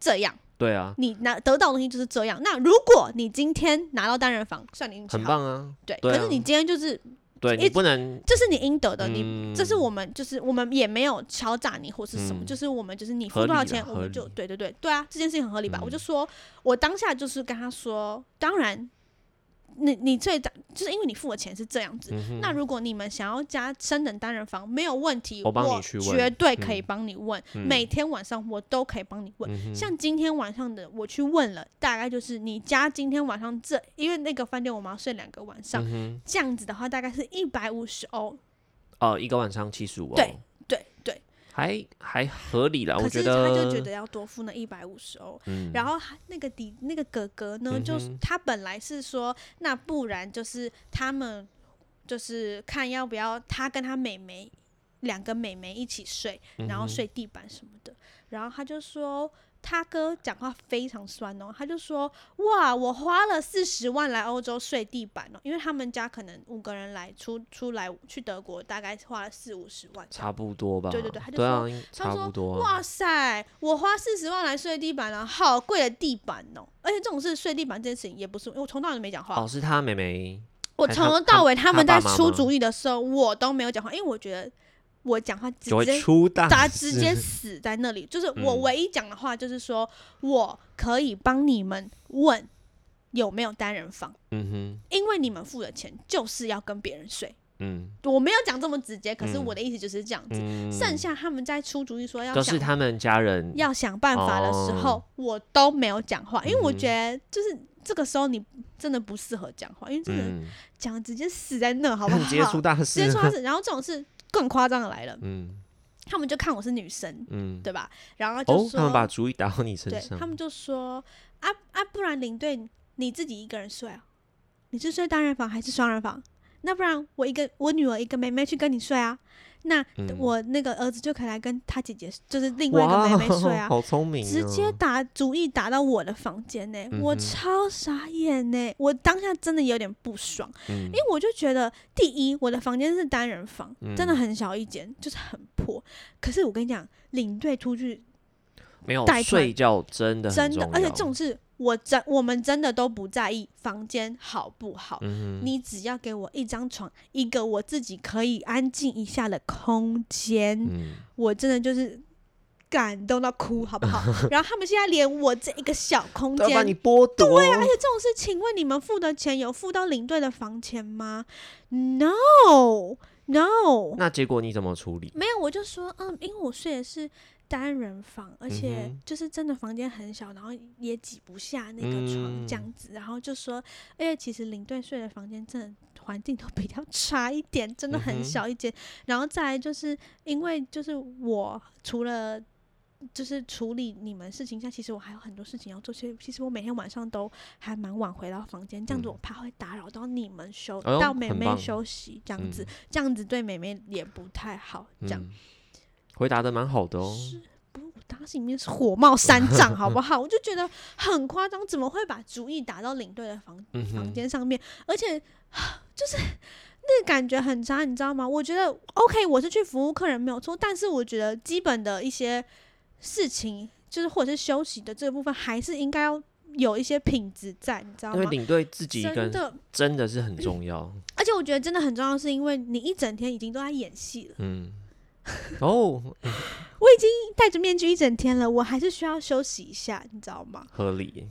Speaker 1: 这样，
Speaker 2: 对啊，
Speaker 1: 你拿得到的东西就是这样。那如果你今天拿到单人房，算你运气
Speaker 2: 很
Speaker 1: 嗯好，
Speaker 2: 棒啊，
Speaker 1: 对。
Speaker 2: 对
Speaker 1: 可是
Speaker 2: 啊
Speaker 1: 你今天就是
Speaker 2: 对
Speaker 1: 一
Speaker 2: 你不能
Speaker 1: 这是你应得的，你
Speaker 2: 嗯
Speaker 1: 这是我们就是我们也没有敲诈你或是什么，
Speaker 2: 嗯
Speaker 1: 就是我们就是你付
Speaker 2: 合
Speaker 1: 多少
Speaker 2: 理啦
Speaker 1: 钱，我
Speaker 2: 合
Speaker 1: 们就
Speaker 2: 理
Speaker 1: 对对对对啊，这件事情很合理吧？
Speaker 2: 嗯
Speaker 1: 我就说我当下就是跟他说，当然。你你最大就是因为你付的钱是这样子，
Speaker 2: 嗯哼
Speaker 1: 那如果你们想要加升等单人房，没有问题，
Speaker 2: 我帮你去问
Speaker 1: 绝对可以
Speaker 2: 嗯
Speaker 1: 帮你问，
Speaker 2: 嗯
Speaker 1: 每天晚上我都可以帮你问。
Speaker 2: 嗯哼
Speaker 1: 像今天晚上的我去问了，大概就是你加今天晚上这，因为那个饭店我们要睡两个晚上，
Speaker 2: 嗯哼
Speaker 1: 这样子的话大概是一百五十欧。
Speaker 2: 哦，一个晚上七十五，
Speaker 1: 对，对对，
Speaker 2: 还还合理啦，
Speaker 1: 可
Speaker 2: 啊我
Speaker 1: 是
Speaker 2: 觉
Speaker 1: 他
Speaker 2: 得，
Speaker 1: 就觉得要多付那一百五十欧。
Speaker 2: 嗯，
Speaker 1: 然后他那个弟那个哥哥呢，就是
Speaker 2: 嗯哼
Speaker 1: 他本来是说，那不然就是他们就是看要不要他跟他妹妹两个妹妹一起睡，然后
Speaker 2: 嗯哼
Speaker 1: 睡地板什么的。然后他就说，他哥讲话非常酸哦，他就说，哇，我花了四十万来欧洲睡地板哦，因为他们家可能五个人来出出来去德国，大概花了四五十万。
Speaker 2: 差不多吧，
Speaker 1: 对对对他就
Speaker 2: 啊
Speaker 1: 说，
Speaker 2: 应
Speaker 1: 他
Speaker 2: 差
Speaker 1: 说
Speaker 2: 不多啊，
Speaker 1: 哇塞，我花四十万来睡地板了、好贵的地板哦！而且这种事睡地板这件事情也不是，因为我从头到尾没讲话，
Speaker 2: 哦，是他妹妹，
Speaker 1: 我
Speaker 2: 还
Speaker 1: 从
Speaker 2: 他
Speaker 1: 头到尾他们在
Speaker 2: 他爸妈
Speaker 1: 出
Speaker 2: 吗
Speaker 1: 主意的时候，我都没有讲话，因为我觉得我讲话直
Speaker 2: 就会
Speaker 1: 接
Speaker 2: 出大
Speaker 1: 他
Speaker 2: 事
Speaker 1: 直接死在那里。就是我
Speaker 2: 嗯
Speaker 1: 唯一讲的话就是说，我可以帮你们问有没有单人房，
Speaker 2: 嗯哼，
Speaker 1: 因为你们付的钱就是要跟别人睡。
Speaker 2: 嗯
Speaker 1: 我没有讲这么直接，可是
Speaker 2: 嗯
Speaker 1: 我的意思就是这样子。
Speaker 2: 嗯，
Speaker 1: 剩下他们在出主意说要
Speaker 2: 都
Speaker 1: 想
Speaker 2: 是他们家人，
Speaker 1: 要想办法的时候，
Speaker 2: 哦
Speaker 1: 我都没有讲话，因为我
Speaker 2: 嗯哼
Speaker 1: 觉得就是这个时候你真的不适合讲话，因为真的
Speaker 2: 嗯，
Speaker 1: 讲直接死在那，好不好？
Speaker 2: 很 直接出大事，
Speaker 1: 直接说他是，然后这种事更夸张的来了，
Speaker 2: 嗯
Speaker 1: 他们就看我是女生，
Speaker 2: 嗯，
Speaker 1: 对吧？然后就
Speaker 2: 哦，
Speaker 1: 说，
Speaker 2: 他们把主意打到你身
Speaker 1: 对
Speaker 2: 上，
Speaker 1: 他们就说啊啊，不然领队你自己一个人睡啊？你是睡单人房还是双人房？那不然我一个我女儿一个妹妹去跟你睡啊？那
Speaker 2: 嗯
Speaker 1: 我那个儿子就可以来跟他姐姐，就是另外一个妹妹睡啊
Speaker 2: 哇。好聪明、哦，
Speaker 1: 直接打主意打到我的房间呢、我
Speaker 2: 嗯哼
Speaker 1: 超傻眼呢、我当下真的有点不爽，
Speaker 2: 嗯
Speaker 1: 因为我就觉得，第一，我的房间是单人房，真的
Speaker 2: 嗯
Speaker 1: 很小一间，就是很破。可是我跟你讲，领队出去
Speaker 2: 没有
Speaker 1: 带团
Speaker 2: 睡觉真的很
Speaker 1: 真的，
Speaker 2: 重
Speaker 1: 而且
Speaker 2: 要
Speaker 1: 这种事，我真我们真的都不在意房间好不好。
Speaker 2: 嗯哼
Speaker 1: 你只要给我一张床，一个我自己可以安静一下的空间，
Speaker 2: 嗯
Speaker 1: 我真的就是感动到哭，好不 好？然后他们现在连我这一个小空
Speaker 2: 要
Speaker 1: 间，
Speaker 2: 把你剥夺，对啊，
Speaker 1: 而且这种事，请问你们付的钱有付到领队的房钱吗？No No，
Speaker 2: 那结果你怎么处理？
Speaker 1: 没有，我就说，嗯，因为我睡的是单人房，而且
Speaker 2: 嗯哼
Speaker 1: 就是真的房间很小，然后也挤不下那个床
Speaker 2: 嗯
Speaker 1: 这样子，然后就说，而且其实领队睡的房间真的环境都比较 差一点，真的很
Speaker 2: 嗯哼
Speaker 1: 小一间。然后再来就是因为就是我除了。就是处理你们事情下，其实我还有很多事情要做。其实，其实我每天晚上都还蛮晚回到房间，这样子
Speaker 2: 嗯
Speaker 1: 我怕会打扰到你们休、
Speaker 2: 哎呦
Speaker 1: 到妹
Speaker 2: 很
Speaker 1: 妹
Speaker 2: 棒
Speaker 1: 休息，这样子、
Speaker 2: 嗯
Speaker 1: 这样子对妹妹也不太好。这样，
Speaker 2: 嗯回答的蛮好的嗯哦。
Speaker 1: 是，不，我当时里面是火冒三 丈，好不好？我就觉得很夸张，怎么会把主意打到领队的房
Speaker 2: 嗯
Speaker 1: 房
Speaker 2: 哼，
Speaker 1: 间上面？而且就是那个感觉很差，你知道吗？我觉得 OK，我是去服务客人没有错，但是我觉得基本的一些事情，就是或者是休息的这个部分，还是应该要有一些品质在，你知道
Speaker 2: 因为
Speaker 1: 吗？
Speaker 2: 领队自己一个
Speaker 1: 真
Speaker 2: 人
Speaker 1: 的，
Speaker 2: 真的是很重要。
Speaker 1: 而且我觉得真的很重要，是因为你一整天已经都在演戏了。
Speaker 2: 嗯， 哦，
Speaker 1: 我已经戴着面具一整天了，我还是需要休息一下，你知道吗？啊
Speaker 2: 合理。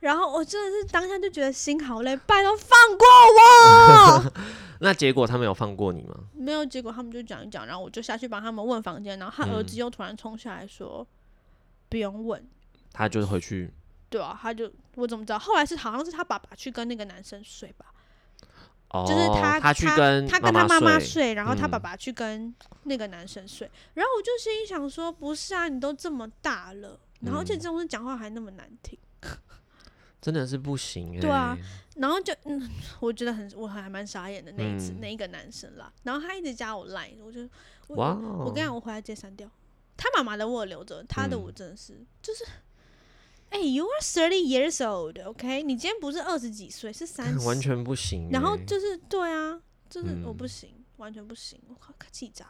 Speaker 1: 然后我真的是当下就觉得心好累，拜托放过 我。
Speaker 2: 那结果他们有放过你吗？
Speaker 1: 没有结果，他们就讲一讲，然后我就下去帮他们问房间，然后他儿
Speaker 2: 嗯
Speaker 1: 子又突然冲下来说、不用问，
Speaker 2: 他就是回去
Speaker 1: 对啊，他就我怎么知道？后来是好像是他爸爸去跟那个男生睡吧，
Speaker 2: 哦，
Speaker 1: 就是他
Speaker 2: 他去跟
Speaker 1: 他跟他妈妈
Speaker 2: 妈
Speaker 1: 睡，然后他
Speaker 2: 嗯
Speaker 1: 爸爸去跟那个男生睡，然后我就心里想说，不是啊，你都这么大了，然后而且
Speaker 2: 嗯
Speaker 1: 这种人讲话还那么难听。
Speaker 2: 真的是不行哎、
Speaker 1: 对啊，然后就嗯，我觉得很，我还蛮傻眼的那一次、
Speaker 2: 嗯
Speaker 1: 那一个男生啦。然后他一直加我 line，我就我
Speaker 2: 哇
Speaker 1: 我
Speaker 2: 哦，
Speaker 1: 跟你讲，我回来直接删掉。他妈妈的我有留着，他的
Speaker 2: 嗯
Speaker 1: 我真的是、就是，哎、y o u are thirty years old，OK，、你今天不是二十几岁，是三
Speaker 2: 完
Speaker 1: 十。
Speaker 2: 全不行欸、
Speaker 1: 然后就是对啊，就是我
Speaker 2: 嗯
Speaker 1: 不行，完全不行，我靠，气炸！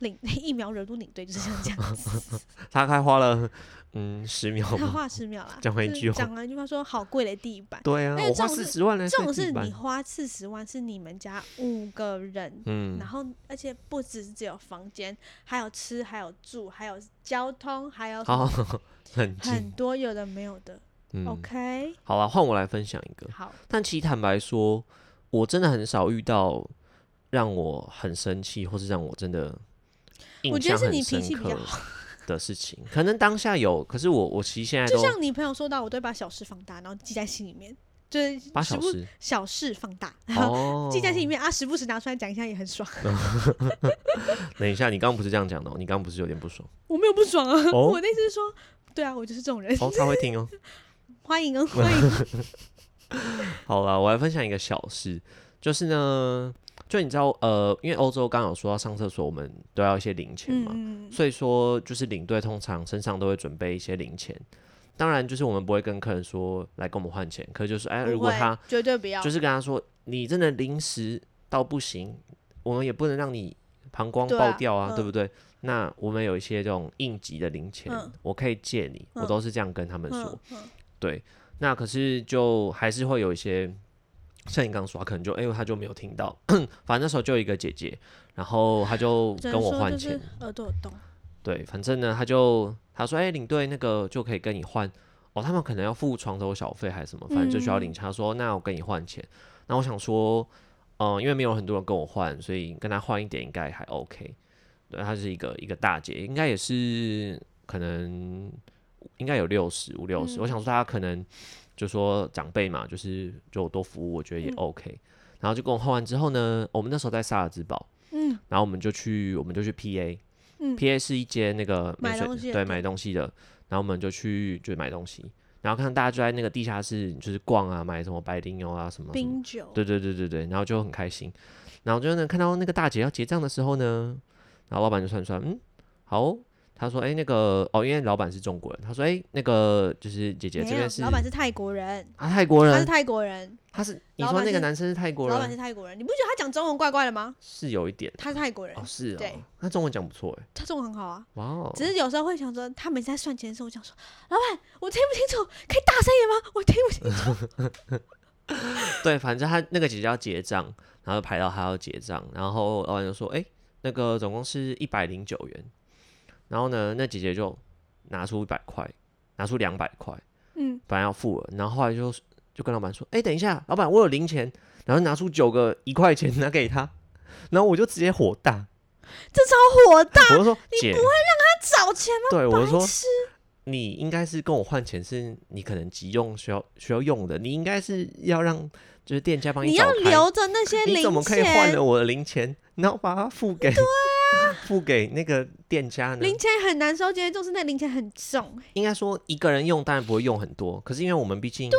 Speaker 1: 领 疫苗惹怒领队就是像这 样子，
Speaker 2: 他还花了嗯十秒
Speaker 1: 他
Speaker 2: 吗？
Speaker 1: 花十秒啦，
Speaker 2: 讲完一
Speaker 1: 就是
Speaker 2: 句话
Speaker 1: 讲完一句话说好贵的地板，
Speaker 2: 对啊，
Speaker 1: 哎
Speaker 2: 我
Speaker 1: 这
Speaker 2: 花
Speaker 1: 种
Speaker 2: 四
Speaker 1: 是
Speaker 2: 十万来
Speaker 1: 这
Speaker 2: 睡
Speaker 1: 种
Speaker 2: 地
Speaker 1: 是你
Speaker 2: 板。
Speaker 1: 花四十万，是你们家五个人，
Speaker 2: 嗯
Speaker 1: 然，后而且不只是只有房间，还有吃，还有住，还有交通，还有
Speaker 2: 好，很
Speaker 1: 很
Speaker 2: 近。
Speaker 1: 多有的没有的。
Speaker 2: 嗯
Speaker 1: OK，
Speaker 2: 好啊，换我来分享一个。
Speaker 1: 好，
Speaker 2: 但其实坦白说，我真的很少遇到让我很生气，或是让我真的
Speaker 1: 我
Speaker 2: 印
Speaker 1: 觉得
Speaker 2: 象
Speaker 1: 是
Speaker 2: 很
Speaker 1: 你脾
Speaker 2: 深
Speaker 1: 气比较
Speaker 2: 刻的事情。可能当下有，可是我我其实现在
Speaker 1: 就
Speaker 2: 都
Speaker 1: 像你朋友说到，我都会把小事放大，然后记在心里面，就是
Speaker 2: 八
Speaker 1: 时
Speaker 2: 小
Speaker 1: 不
Speaker 2: 时
Speaker 1: 小事放大，然后
Speaker 2: 哦。
Speaker 1: 记在心里面啊，时不时拿出来讲一下也很爽。
Speaker 2: 等一下，你刚刚不是这样讲的、哦，你刚刚不是有点不 爽？
Speaker 1: 我没有不爽啊，
Speaker 2: 哦
Speaker 1: 我的意思是说，对啊，我就是这种人，
Speaker 2: 哦，他会听哦。
Speaker 1: 欢迎啊，欢 迎啊。
Speaker 2: 好了，我来分享一个小事，就是呢，就你知道，呃，因为欧洲刚刚有说到上厕所，我们都要一些零钱嘛，
Speaker 1: 嗯，
Speaker 2: 所以说就是领队通常身上都会准备一些零钱。当然，就是我们不会跟客人说来跟我们换钱，可是就是哎，
Speaker 1: 嗯不
Speaker 2: 如果
Speaker 1: 会
Speaker 2: 他
Speaker 1: 绝对不要，
Speaker 2: 就是跟他说你真的临时到不行，我们也不能让你膀胱
Speaker 1: 对
Speaker 2: 爆
Speaker 1: 啊
Speaker 2: 掉啊，
Speaker 1: 嗯
Speaker 2: 对不对？那我们有一些这种应急的零钱，
Speaker 1: 嗯
Speaker 2: 我可以借你，我
Speaker 1: 嗯
Speaker 2: 都是这样跟他们说。
Speaker 1: 嗯嗯
Speaker 2: 对，那可是就还是会有一些，像你刚刚说，可能就哎呦、他就没有听到， 反正那时候就有一个姐姐，然后她就
Speaker 1: 只
Speaker 2: 跟
Speaker 1: 能
Speaker 2: 我
Speaker 1: 说
Speaker 2: 换
Speaker 1: 就
Speaker 2: 钱，
Speaker 1: 是耳朵有洞。
Speaker 2: 对，反正呢，她就她说哎、领队那个就可以跟你换，哦，他们可能要付床头小费还是什么，反正就需要领钱，她说那我跟你换钱，那我想说，嗯、因为没有很多人跟我换，所以跟她换一点应该还 OK，对，她是一个一个大姐，应该也是可能应该有六十五六十，我想说她可能就说长辈嘛，就是就我多服务，我觉得也
Speaker 1: 嗯
Speaker 2: OK。然后就跟我换完之后呢，我们那时候在萨尔兹堡，
Speaker 1: 嗯，
Speaker 2: 然后我们就去我们就去 PA，
Speaker 1: 嗯
Speaker 2: p a 是一间那个
Speaker 1: 买
Speaker 2: 美水
Speaker 1: 东西的
Speaker 2: 对
Speaker 1: 店
Speaker 2: 买东西的，然后我们就去就买东西，然后看大家就在那个地下室就是逛啊，买什么白灵油啊什么什么
Speaker 1: 冰酒，
Speaker 2: 对对对对对，然后就很开心，然后就呢看到那个大姐要结账的时候呢，然后老板就算算，嗯，好哦、他说哎、那个哦，因为老板是中国人，他说哎、那个就是姐姐
Speaker 1: 没
Speaker 2: 这
Speaker 1: 有
Speaker 2: 边，是
Speaker 1: 老板是泰国人，
Speaker 2: 啊泰国
Speaker 1: 他
Speaker 2: 人
Speaker 1: 是，泰国人，
Speaker 2: 他是你
Speaker 1: 老
Speaker 2: 说
Speaker 1: 板
Speaker 2: 那个
Speaker 1: 是
Speaker 2: 男生是泰国
Speaker 1: 老板是
Speaker 2: 人，
Speaker 1: 泰国人，你不觉得他讲中文怪怪的吗？
Speaker 2: 是有一点
Speaker 1: 他是泰国人
Speaker 2: 哦，是哦
Speaker 1: 对，
Speaker 2: 那中文讲不错哎，
Speaker 1: 他中文很好啊。
Speaker 2: 哇哦，
Speaker 1: 只是有时候会想说，他每次在算钱的时候，我想说，老板，我听不清楚，可以大声一点吗？我听不清楚。
Speaker 2: 对，反正他那个姐姐要结账，然后就排到他要结账，然后老板就说：“哎、那个总共是一百零九元。”然后呢，那姐姐就拿出一百块，拿出两百块，
Speaker 1: 嗯，
Speaker 2: 本来要付了，然后后来就就跟老板说：“哎、等一下，老板，我有零钱。”然后拿出九个一块钱拿给他，然后我就直接火大，
Speaker 1: 这超火大，
Speaker 2: 我就说：“姐，
Speaker 1: 他找钱吗？
Speaker 2: 对，我就说
Speaker 1: 白痴，
Speaker 2: 你应该是跟我换钱，是你可能急用需要需要用的，你应该是要让就是店家帮
Speaker 1: 你
Speaker 2: 找
Speaker 1: 要
Speaker 2: 开。”
Speaker 1: 留着那些
Speaker 2: 你
Speaker 1: 零
Speaker 2: 怎么可以换
Speaker 1: 钱
Speaker 2: 了？我的零钱，然后把它付给 付给那个店家呢？
Speaker 1: 啊
Speaker 2: 嗯
Speaker 1: 零钱很难收，今天就是那零钱很重。
Speaker 2: 应该说一个人用当然不会用很多，可是因为我们毕竟
Speaker 1: 对，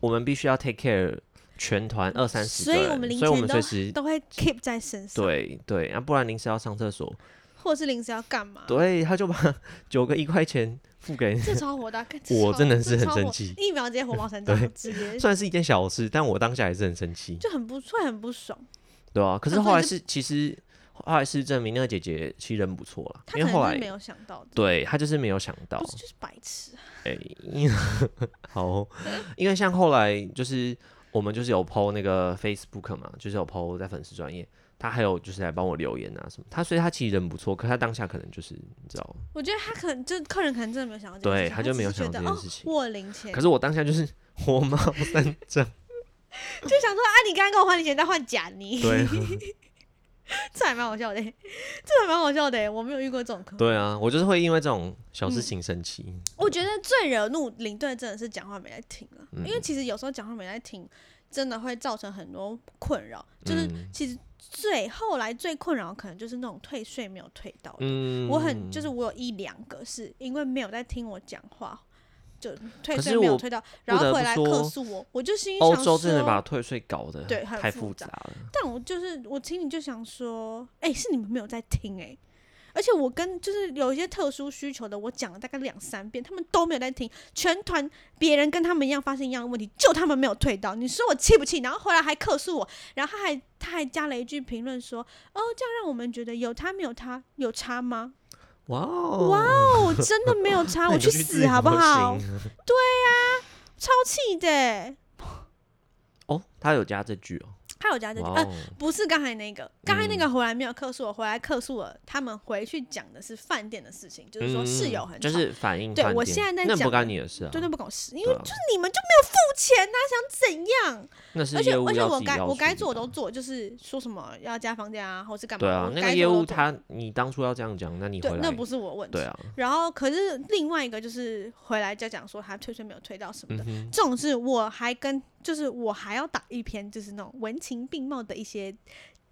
Speaker 2: 我们必须要 take care 全团二三十个
Speaker 1: 所以
Speaker 2: 人，
Speaker 1: 我们零
Speaker 2: 所以我
Speaker 1: 钱
Speaker 2: 们随时
Speaker 1: 都会 keep 在身上，哦
Speaker 2: 对对，啊，不然临时要上厕所，
Speaker 1: 或者是临时要干嘛？
Speaker 2: 对，他就把 九个一块钱付给，
Speaker 1: 这超火大，看这
Speaker 2: 我
Speaker 1: 超
Speaker 2: 真的
Speaker 1: 这
Speaker 2: 是很
Speaker 1: 超
Speaker 2: 生
Speaker 1: 火
Speaker 2: 气
Speaker 1: 一秒直接火冒三丈
Speaker 2: 对，
Speaker 1: 直 接
Speaker 2: 虽然是一件小事，但我当下还是很生气，
Speaker 1: 就很不会很不爽。
Speaker 2: 对啊，可是
Speaker 1: 啊
Speaker 2: 后
Speaker 1: 所以
Speaker 2: 来
Speaker 1: 就是
Speaker 2: 其实后来是证明那个姐姐其实人不错啦，
Speaker 1: 他
Speaker 2: 因为
Speaker 1: 可
Speaker 2: 后
Speaker 1: 能是
Speaker 2: 来
Speaker 1: 没有想到的，
Speaker 2: 对哦她就是没有想到
Speaker 1: 不，是就是白痴啊，
Speaker 2: 哎、好，因为像后来就是我们就是有 PO 那个 Facebook 嘛，就是有 PO 在粉丝专业，他还有就是来帮我留言啊什么，他所以他其实人不错，可他当下可能就是你知道，
Speaker 1: 我觉得他可能就客人可能真的没有想到这件事
Speaker 2: 对
Speaker 1: 情，他
Speaker 2: 他就没有
Speaker 1: 只是
Speaker 2: 想到
Speaker 1: 觉
Speaker 2: 这
Speaker 1: 得
Speaker 2: 件
Speaker 1: 哦，
Speaker 2: 事情，
Speaker 1: 我有零钱，
Speaker 2: 可是我当下就是 火冒三丈，
Speaker 1: 就想说啊，你刚刚跟我换零钱，但换假泥，
Speaker 2: 对啊
Speaker 1: 这还蛮好笑的，欸这还蛮好笑的，我没有遇过这种客人。
Speaker 2: 对啊，我就是会因为这种小
Speaker 1: 嗯
Speaker 2: 事情生气，
Speaker 1: 我觉得最惹怒领队真的是讲话没在听了，
Speaker 2: 嗯
Speaker 1: 因为其实有时候讲话没在听，真的会造成很多困扰。就是
Speaker 2: 嗯
Speaker 1: 其实最后来最困扰，可能就是那种退税没有退到的。
Speaker 2: 嗯
Speaker 1: 我很就是我有一两个是因为没有在听我讲话，就退
Speaker 2: 可
Speaker 1: 税
Speaker 2: 是
Speaker 1: 没有
Speaker 2: 我
Speaker 1: 退到，
Speaker 2: 不
Speaker 1: 然后
Speaker 2: 得
Speaker 1: 回
Speaker 2: 不
Speaker 1: 来
Speaker 2: 说
Speaker 1: 客诉我，我就心里
Speaker 2: 欧
Speaker 1: 想
Speaker 2: 洲真的把
Speaker 1: 说，
Speaker 2: 退税搞得
Speaker 1: 对很
Speaker 2: 太
Speaker 1: 复
Speaker 2: 复
Speaker 1: 杂
Speaker 2: 杂了，
Speaker 1: 但我就是我心里就想说，哎、是你们没有在听哎、而且我跟就是有一些特殊需求的，我讲了大概两三遍，他们都没有在听。全团别人跟他们一样发生一样的问题，就他们没有退到。你说我气不气？然后回来还客诉我，然后他还他还加了一句评论说：“哦，这样让我们觉得有他没有他有差吗？
Speaker 2: 哇哦
Speaker 1: 哇哦，真的没有差，
Speaker 2: 那
Speaker 1: 我
Speaker 2: 你就去
Speaker 1: 死
Speaker 2: 自
Speaker 1: 好不
Speaker 2: 由
Speaker 1: 好
Speaker 2: 行？
Speaker 1: 超气的欸。
Speaker 2: 哦，他有加这句哦，
Speaker 1: 还有加这句，
Speaker 2: 哇
Speaker 1: 呃，
Speaker 2: 哦，
Speaker 1: 不是刚才那个，刚才那
Speaker 2: 嗯
Speaker 1: 个回来没有客诉我，回来客诉我，他们回去讲的是饭店的事情，就是呃说
Speaker 2: 嗯
Speaker 1: 室友很
Speaker 2: 就
Speaker 1: 吵
Speaker 2: 是反应
Speaker 1: 对
Speaker 2: 饭
Speaker 1: 我
Speaker 2: 店
Speaker 1: 现在在
Speaker 2: 那
Speaker 1: 讲
Speaker 2: 不干你的事啊，
Speaker 1: 绝对不搞事，因为
Speaker 2: 对啊
Speaker 1: 就是你们就没有付钱呐、想怎样？
Speaker 2: 那是
Speaker 1: 而且
Speaker 2: 业务
Speaker 1: 而且
Speaker 2: 要
Speaker 1: 我
Speaker 2: 自己
Speaker 1: 该
Speaker 2: 要
Speaker 1: 我
Speaker 2: 处
Speaker 1: 该
Speaker 2: 理
Speaker 1: 做
Speaker 2: 的
Speaker 1: 都做，就是说什么要加房价啊，或是干嘛？
Speaker 2: 对啊
Speaker 1: 我，
Speaker 2: 那
Speaker 1: 该
Speaker 2: 个业
Speaker 1: 做都
Speaker 2: 务
Speaker 1: 做
Speaker 2: 他你当初要这样讲，那你回
Speaker 1: 对，
Speaker 2: 来
Speaker 1: 那不是我问题。
Speaker 2: 对啊，
Speaker 1: 然后可是另外一个就是回来就讲说他退税没有退到什么的，
Speaker 2: 嗯哼，
Speaker 1: 这种事我还跟就是我还要打一篇就是那种文情并茂的一些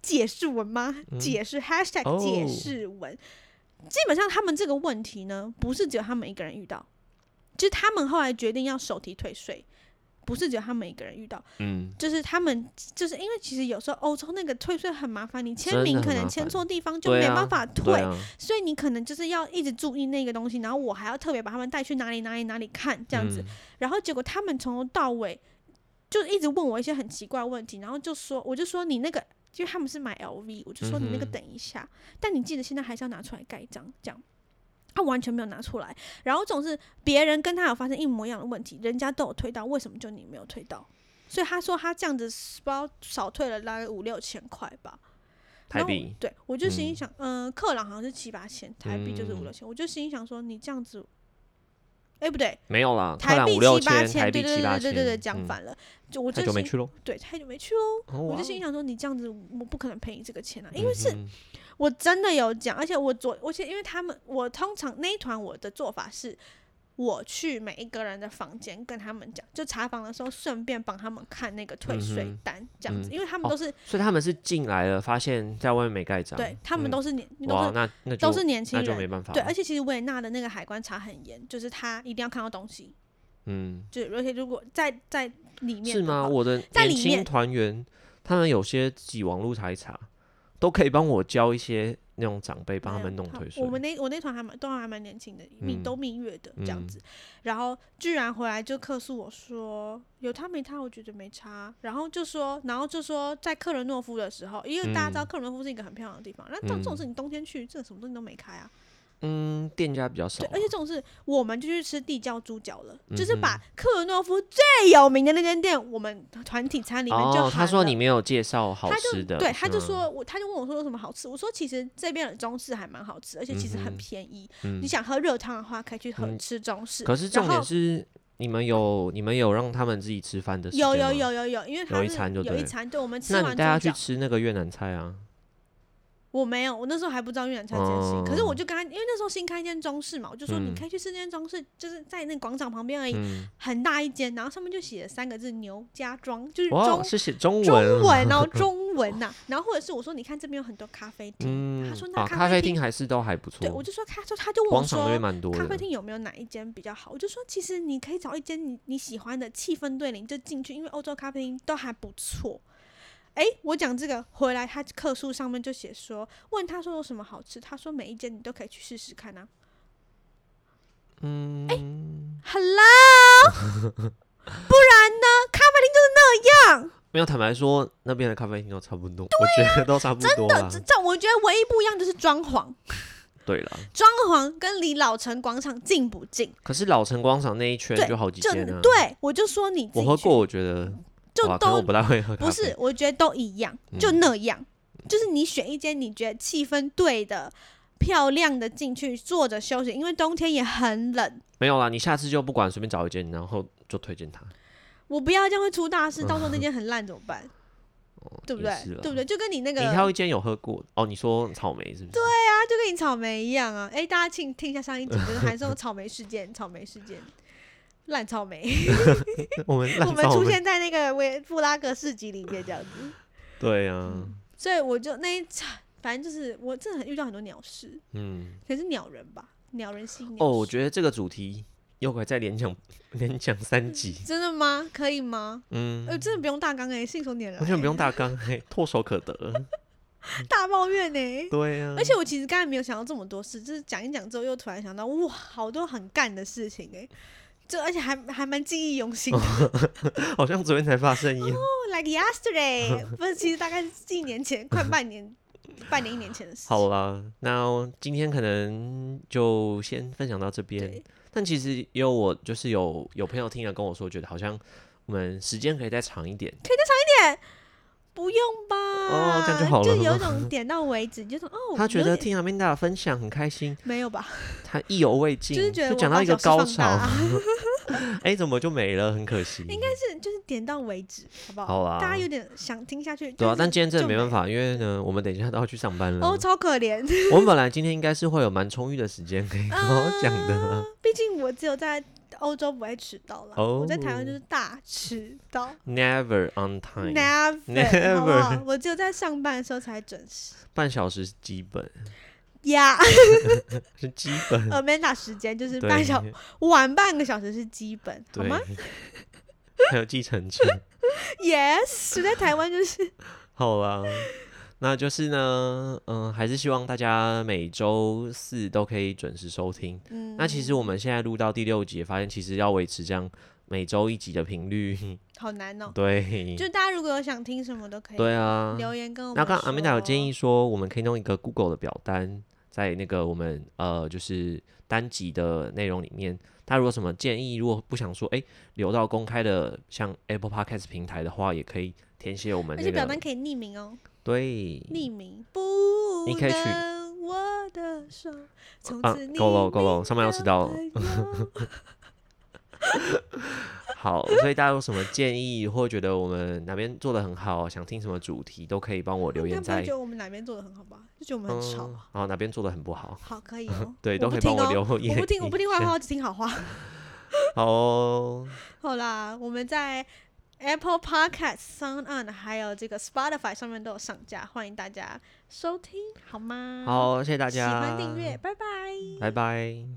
Speaker 1: 解释文吗？解释 hashtag
Speaker 2: 嗯哦
Speaker 1: 解释文。基本上他们这个问题呢，不是只有他们一个人遇到，就是他们后来决定要手提退税，不是只有他们一个人遇到，
Speaker 2: 嗯，
Speaker 1: 就是他们就是因为其实有时候欧洲那个退税很麻烦，你签
Speaker 2: 真的
Speaker 1: 名
Speaker 2: 很
Speaker 1: 可能
Speaker 2: 麻
Speaker 1: 签
Speaker 2: 烦
Speaker 1: 错地方就
Speaker 2: 对
Speaker 1: 没
Speaker 2: 啊
Speaker 1: 办法退，
Speaker 2: 对啊，
Speaker 1: 所以你可能就是要一直注意那个东西，然后我还要特别把他们带去哪里哪里哪里看这样子，
Speaker 2: 嗯
Speaker 1: 然后结果他们从头到尾就一直问我一些很奇怪的问题，然后就说，我就说你那个，因为他们是买 LV，我就说你那个
Speaker 2: 嗯哼
Speaker 1: 等一下，但你记得现在还是要拿出来盖章，这样。他完全没有拿出来，然后总是别人跟他有发生一模一样的问题，人家都有推到，为什么就你没有推到？所以他说他这样子不知道少退了大概五六千块吧。
Speaker 2: 台
Speaker 1: 然后我
Speaker 2: 币
Speaker 1: 对我就心里
Speaker 2: 嗯
Speaker 1: 想，嗯、克朗好像是七八千，台币就是五六千，我就心里想说你这样子，哎、不对，
Speaker 2: 没有啦，
Speaker 1: 台币
Speaker 2: 五六
Speaker 1: 七八
Speaker 2: 台
Speaker 1: 对
Speaker 2: 币
Speaker 1: 对
Speaker 2: 七
Speaker 1: 对
Speaker 2: 八
Speaker 1: 对对对对，讲
Speaker 2: 嗯
Speaker 1: 反了。就我
Speaker 2: 太
Speaker 1: 就
Speaker 2: 久没
Speaker 1: 心
Speaker 2: 去喽，
Speaker 1: 对太久没去喽，
Speaker 2: 哦
Speaker 1: 我
Speaker 2: 哇
Speaker 1: 就
Speaker 2: 哦
Speaker 1: 心里想说你这样子，我不可能陪你这个钱啊，因为是
Speaker 2: 嗯哼
Speaker 1: 我真的有讲，而且我昨，而且因为他们，我通常那一团我的做法是。我去每一个人的房间跟他们讲，就查房的时候顺便帮他们看那个退税
Speaker 2: 嗯哼
Speaker 1: 单，这样子，
Speaker 2: 嗯
Speaker 1: 因为他们都是、
Speaker 2: 所以他们是进来了，发现在外面没盖章，
Speaker 1: 对他们
Speaker 2: 嗯
Speaker 1: 都是年、都
Speaker 2: 哇，
Speaker 1: 是
Speaker 2: 那那就
Speaker 1: 都是年轻
Speaker 2: 那就
Speaker 1: 人，
Speaker 2: 没办法，
Speaker 1: 对，而，且其实维也纳的那个海关查很严，就是他一定要看到东西，
Speaker 2: 嗯，
Speaker 1: 就而且如果在在里面
Speaker 2: 是
Speaker 1: 的
Speaker 2: 吗？
Speaker 1: 话
Speaker 2: 我的
Speaker 1: 在
Speaker 2: 年
Speaker 1: 里面
Speaker 2: 轻团员他们有些自己网络查一查，都可以帮我教一些那种长辈帮
Speaker 1: 没
Speaker 2: 他
Speaker 1: 有
Speaker 2: 们弄
Speaker 1: 好
Speaker 2: 退税，
Speaker 1: 哎我们那我那团还蛮都还蛮年轻的，蜜、
Speaker 2: 嗯
Speaker 1: 都蜜月的这样
Speaker 2: 嗯
Speaker 1: 子，然后居然回来就客诉我说有他没他，我觉得没差。然后就说，然后就说在克伦诺夫的时候，因为大家知道
Speaker 2: 嗯
Speaker 1: 克伦诺夫是一个很漂亮的地方，那、到这种
Speaker 2: 嗯
Speaker 1: 事你冬天去，这什么东西都没开啊。
Speaker 2: 嗯，店家比较少
Speaker 1: 对
Speaker 2: 啊，，
Speaker 1: 而且这种事我们就去吃地窖猪脚了，就是
Speaker 2: 嗯哼
Speaker 1: 把克伦诺夫最有名的那间店，我们团体餐里面就、
Speaker 2: 哦，他说你。没有介绍好
Speaker 1: 他就
Speaker 2: 吃的，
Speaker 1: 对，他就
Speaker 2: 嗯
Speaker 1: 说我，他就问我说有什么好吃，我说其实这边的中式还蛮好吃，而且其实
Speaker 2: 嗯
Speaker 1: 很
Speaker 2: 哼
Speaker 1: 便宜。
Speaker 2: 嗯
Speaker 1: 你想喝热汤的话，可以去喝、
Speaker 2: 嗯
Speaker 1: 吃中式。
Speaker 2: 可是
Speaker 1: 然
Speaker 2: 重点
Speaker 1: 后
Speaker 2: 是，你们有你们有让他们自己吃饭的时间
Speaker 1: 有有
Speaker 2: 吗，
Speaker 1: 有有有，因为他
Speaker 2: 有一
Speaker 1: 是
Speaker 2: 餐就
Speaker 1: 有一
Speaker 2: 对
Speaker 1: 餐，对我们吃
Speaker 2: 那
Speaker 1: 完
Speaker 2: 你带他
Speaker 1: 猪
Speaker 2: 去
Speaker 1: 脚，
Speaker 2: 吃那个越南菜啊？
Speaker 1: 我没有，我那时候还不知道越南菜这件事情。可是我
Speaker 2: 哦
Speaker 1: 就跟他，因为那时候新开一间中式嘛，我就说你
Speaker 2: 嗯
Speaker 1: 可以去吃那间中式，就是在那个广场旁边而已，
Speaker 2: 嗯，
Speaker 1: 很大一间，然后上面就写了三个字“牛家庄”，就是
Speaker 2: 哇，
Speaker 1: 中
Speaker 2: 是写中
Speaker 1: 中
Speaker 2: 文啊，
Speaker 1: 文哦， 中文呐、然后或者是我说你看这边有很多咖啡厅，
Speaker 2: 嗯
Speaker 1: 他说，那
Speaker 2: 啊，
Speaker 1: 咖
Speaker 2: 咖
Speaker 1: 啡
Speaker 2: 啡
Speaker 1: 厅
Speaker 2: 厅还是都还不错，
Speaker 1: 对我就说他就他就问我
Speaker 2: 广场那边
Speaker 1: 说。
Speaker 2: 蛮多
Speaker 1: 咖啡
Speaker 2: 的，
Speaker 1: 厅有没有哪一间比较好？我就说，其实你可以找一间你你喜欢的气氛对你就进去，因为欧洲咖啡厅都还不错。哎、哎、我讲这个回来，他客诉上面就写说，问他说有什么好吃，他说每一间你都可以去试试看啊。
Speaker 2: 嗯，
Speaker 1: Hello，不然呢？咖啡厅就是
Speaker 2: 没有，坦白说，那边的咖啡厅都差不多，我觉得都差不多啦。
Speaker 1: 这这，我觉得唯一不一样就是装潢，
Speaker 2: 对啦，
Speaker 1: 装潢跟离老城广场近不近？
Speaker 2: 可是老城广场那一圈
Speaker 1: 对
Speaker 2: 就好几
Speaker 1: 就
Speaker 2: 间啊。，
Speaker 1: 对我就说你自
Speaker 2: 我
Speaker 1: 己
Speaker 2: 喝
Speaker 1: 去
Speaker 2: 过，我觉得
Speaker 1: 就
Speaker 2: 哇可能我
Speaker 1: 都
Speaker 2: 不太会喝咖啡。
Speaker 1: 不是，我觉得都一样，
Speaker 2: 嗯
Speaker 1: 就那样。就是你选一间你觉得气氛对的、漂亮的进去坐着休息，因为冬天也很冷。
Speaker 2: 没有啦，你下次就不管随便找一间，然后就推荐他，
Speaker 1: 我不要这样会出大事，到时 候那间很烂怎么办？对不
Speaker 2: 哦也
Speaker 1: 对
Speaker 2: 是？啦
Speaker 1: 对不对？就跟你那个
Speaker 2: 你挑一间有喝过哦？你说草莓是不是？对，
Speaker 1: 啊，就跟你草莓一样啊！哎、大家请听一下上一 集，就是韩松的草莓事件，草莓事件，烂草 莓，
Speaker 2: 我们烂
Speaker 1: 我们
Speaker 2: 草
Speaker 1: 出
Speaker 2: 莓
Speaker 1: 现在那个维布拉格市集里面这样子，
Speaker 2: 对啊，
Speaker 1: 所以我就那一场，反正就是我真的很遇到很多鸟事，
Speaker 2: 嗯，
Speaker 1: 可能是鸟人吧，鸟人吸引鸟
Speaker 2: 哦，我
Speaker 1: 事
Speaker 2: 觉得这个主题又可以再连讲 连讲三集，
Speaker 1: 真的吗？可以吗？
Speaker 2: 嗯，
Speaker 1: 呃，真的不用大纲哎、信手拈来、
Speaker 2: 完全不用大纲，嘿，唾手可得，
Speaker 1: 大抱怨哎、
Speaker 2: 对啊
Speaker 1: 而，且我其实刚才没有想到这么多事，就是讲一讲之后，又突然想到，哇，好多很干的事情哎、就而且还还蛮记忆犹 新的。哦
Speaker 2: 好像昨天才发生一样，
Speaker 1: like yesterday，不是，其实大概是一年前，快半 年，半年一年前的事。
Speaker 2: 好啦，那今天可能就先分享到这边
Speaker 1: 对。
Speaker 2: 但其实也有我就是有有朋友听了跟我说，觉得好像我们时间可以再长一点。
Speaker 1: 不用吧？
Speaker 2: 哦这样就好了
Speaker 1: 有一种点到为止，就说哦，
Speaker 2: 他觉
Speaker 1: 有
Speaker 2: 得
Speaker 1: 点
Speaker 2: 听阿明达分享很开心，
Speaker 1: 没有吧？
Speaker 2: 他意犹未尽，
Speaker 1: 就是觉得我
Speaker 2: 讲到
Speaker 1: 把
Speaker 2: 一个
Speaker 1: 小事
Speaker 2: 高
Speaker 1: 放
Speaker 2: 潮
Speaker 1: 大，
Speaker 2: 哎、怎么就没了？很可惜。
Speaker 1: 应该是就是点到为止，好不好？
Speaker 2: 好啦
Speaker 1: 大家有点想听下去，
Speaker 2: 对啊，
Speaker 1: 是
Speaker 2: 但今天真的
Speaker 1: 就
Speaker 2: 没办法，因为呢，我们等一下都要去上班了。
Speaker 1: 哦，超可怜。
Speaker 2: 我们本来今天应该是会有蛮充裕的时间可以好好 讲的。
Speaker 1: 毕竟我只有在欧洲不会迟到啦，
Speaker 2: 哦
Speaker 1: 我在台湾就是大迟到
Speaker 2: Never on time，
Speaker 1: ，never，,
Speaker 2: 哎 Never
Speaker 1: 好不好？我只有在上班的时候才准时。
Speaker 2: 半小时是基本，
Speaker 1: 呀、
Speaker 2: 是基本。
Speaker 1: a m a n d a 时间就是
Speaker 2: 嗯对
Speaker 1: 半小晚半个小时是基本，好
Speaker 2: 对
Speaker 1: 吗，
Speaker 2: 还有继承权。
Speaker 1: ？Yes，我在台湾 就是
Speaker 2: 好啦，那就是呢，嗯，还是希望大家每周四都可以准时收听。
Speaker 1: 嗯
Speaker 2: 那其实我们现在录到第六集，发现其实要维持这样每周一集的频率，
Speaker 1: 好难哦。
Speaker 2: 对，
Speaker 1: 就大家如果有想听什么都可以，
Speaker 2: 嗯对啊。
Speaker 1: 留言跟我们
Speaker 2: 那
Speaker 1: 说。
Speaker 2: 刚刚阿美达有建议说，我们可以弄一个 Google 的表单，在那个我们呃就是单集的内容里面，他如果有什么建议，如果不想说哎、诶留到公开的像 Apple Podcast 平台的话，也可以填写我
Speaker 1: 而
Speaker 2: 们那
Speaker 1: 且表单
Speaker 2: 个
Speaker 1: 可以匿名哦，
Speaker 2: 对。
Speaker 1: 匿名不
Speaker 2: 你可以去
Speaker 1: 能我的手，从
Speaker 2: 啊
Speaker 1: 此你
Speaker 2: 够了够了上班要迟到了
Speaker 1: 明白了
Speaker 2: 好，所以大家有什么建议，或觉得我们哪边做的很好，想听什么主题，都可以帮我留
Speaker 1: 应该
Speaker 2: 言
Speaker 1: 不会
Speaker 2: 在
Speaker 1: 觉。得我们哪边做的很好吧？就觉得我们很吵
Speaker 2: 嗯，
Speaker 1: 吧。
Speaker 2: 好，哪边做的很不好，。
Speaker 1: 好，可以哦
Speaker 2: 对，都
Speaker 1: 我
Speaker 2: 可
Speaker 1: 不
Speaker 2: 以帮
Speaker 1: 听
Speaker 2: 我
Speaker 1: 哦。
Speaker 2: 留言。
Speaker 1: 我不听，我不听坏话，我只听好话。
Speaker 2: 好哦，
Speaker 1: 好啦，我们在 Apple Podcast、Sound On 还有这个 Spotify 上面都有上架，欢迎大家收听，好吗？，
Speaker 2: 好，谢谢大
Speaker 1: 喜
Speaker 2: 家，
Speaker 1: 欢订阅，拜拜。
Speaker 2: 拜拜。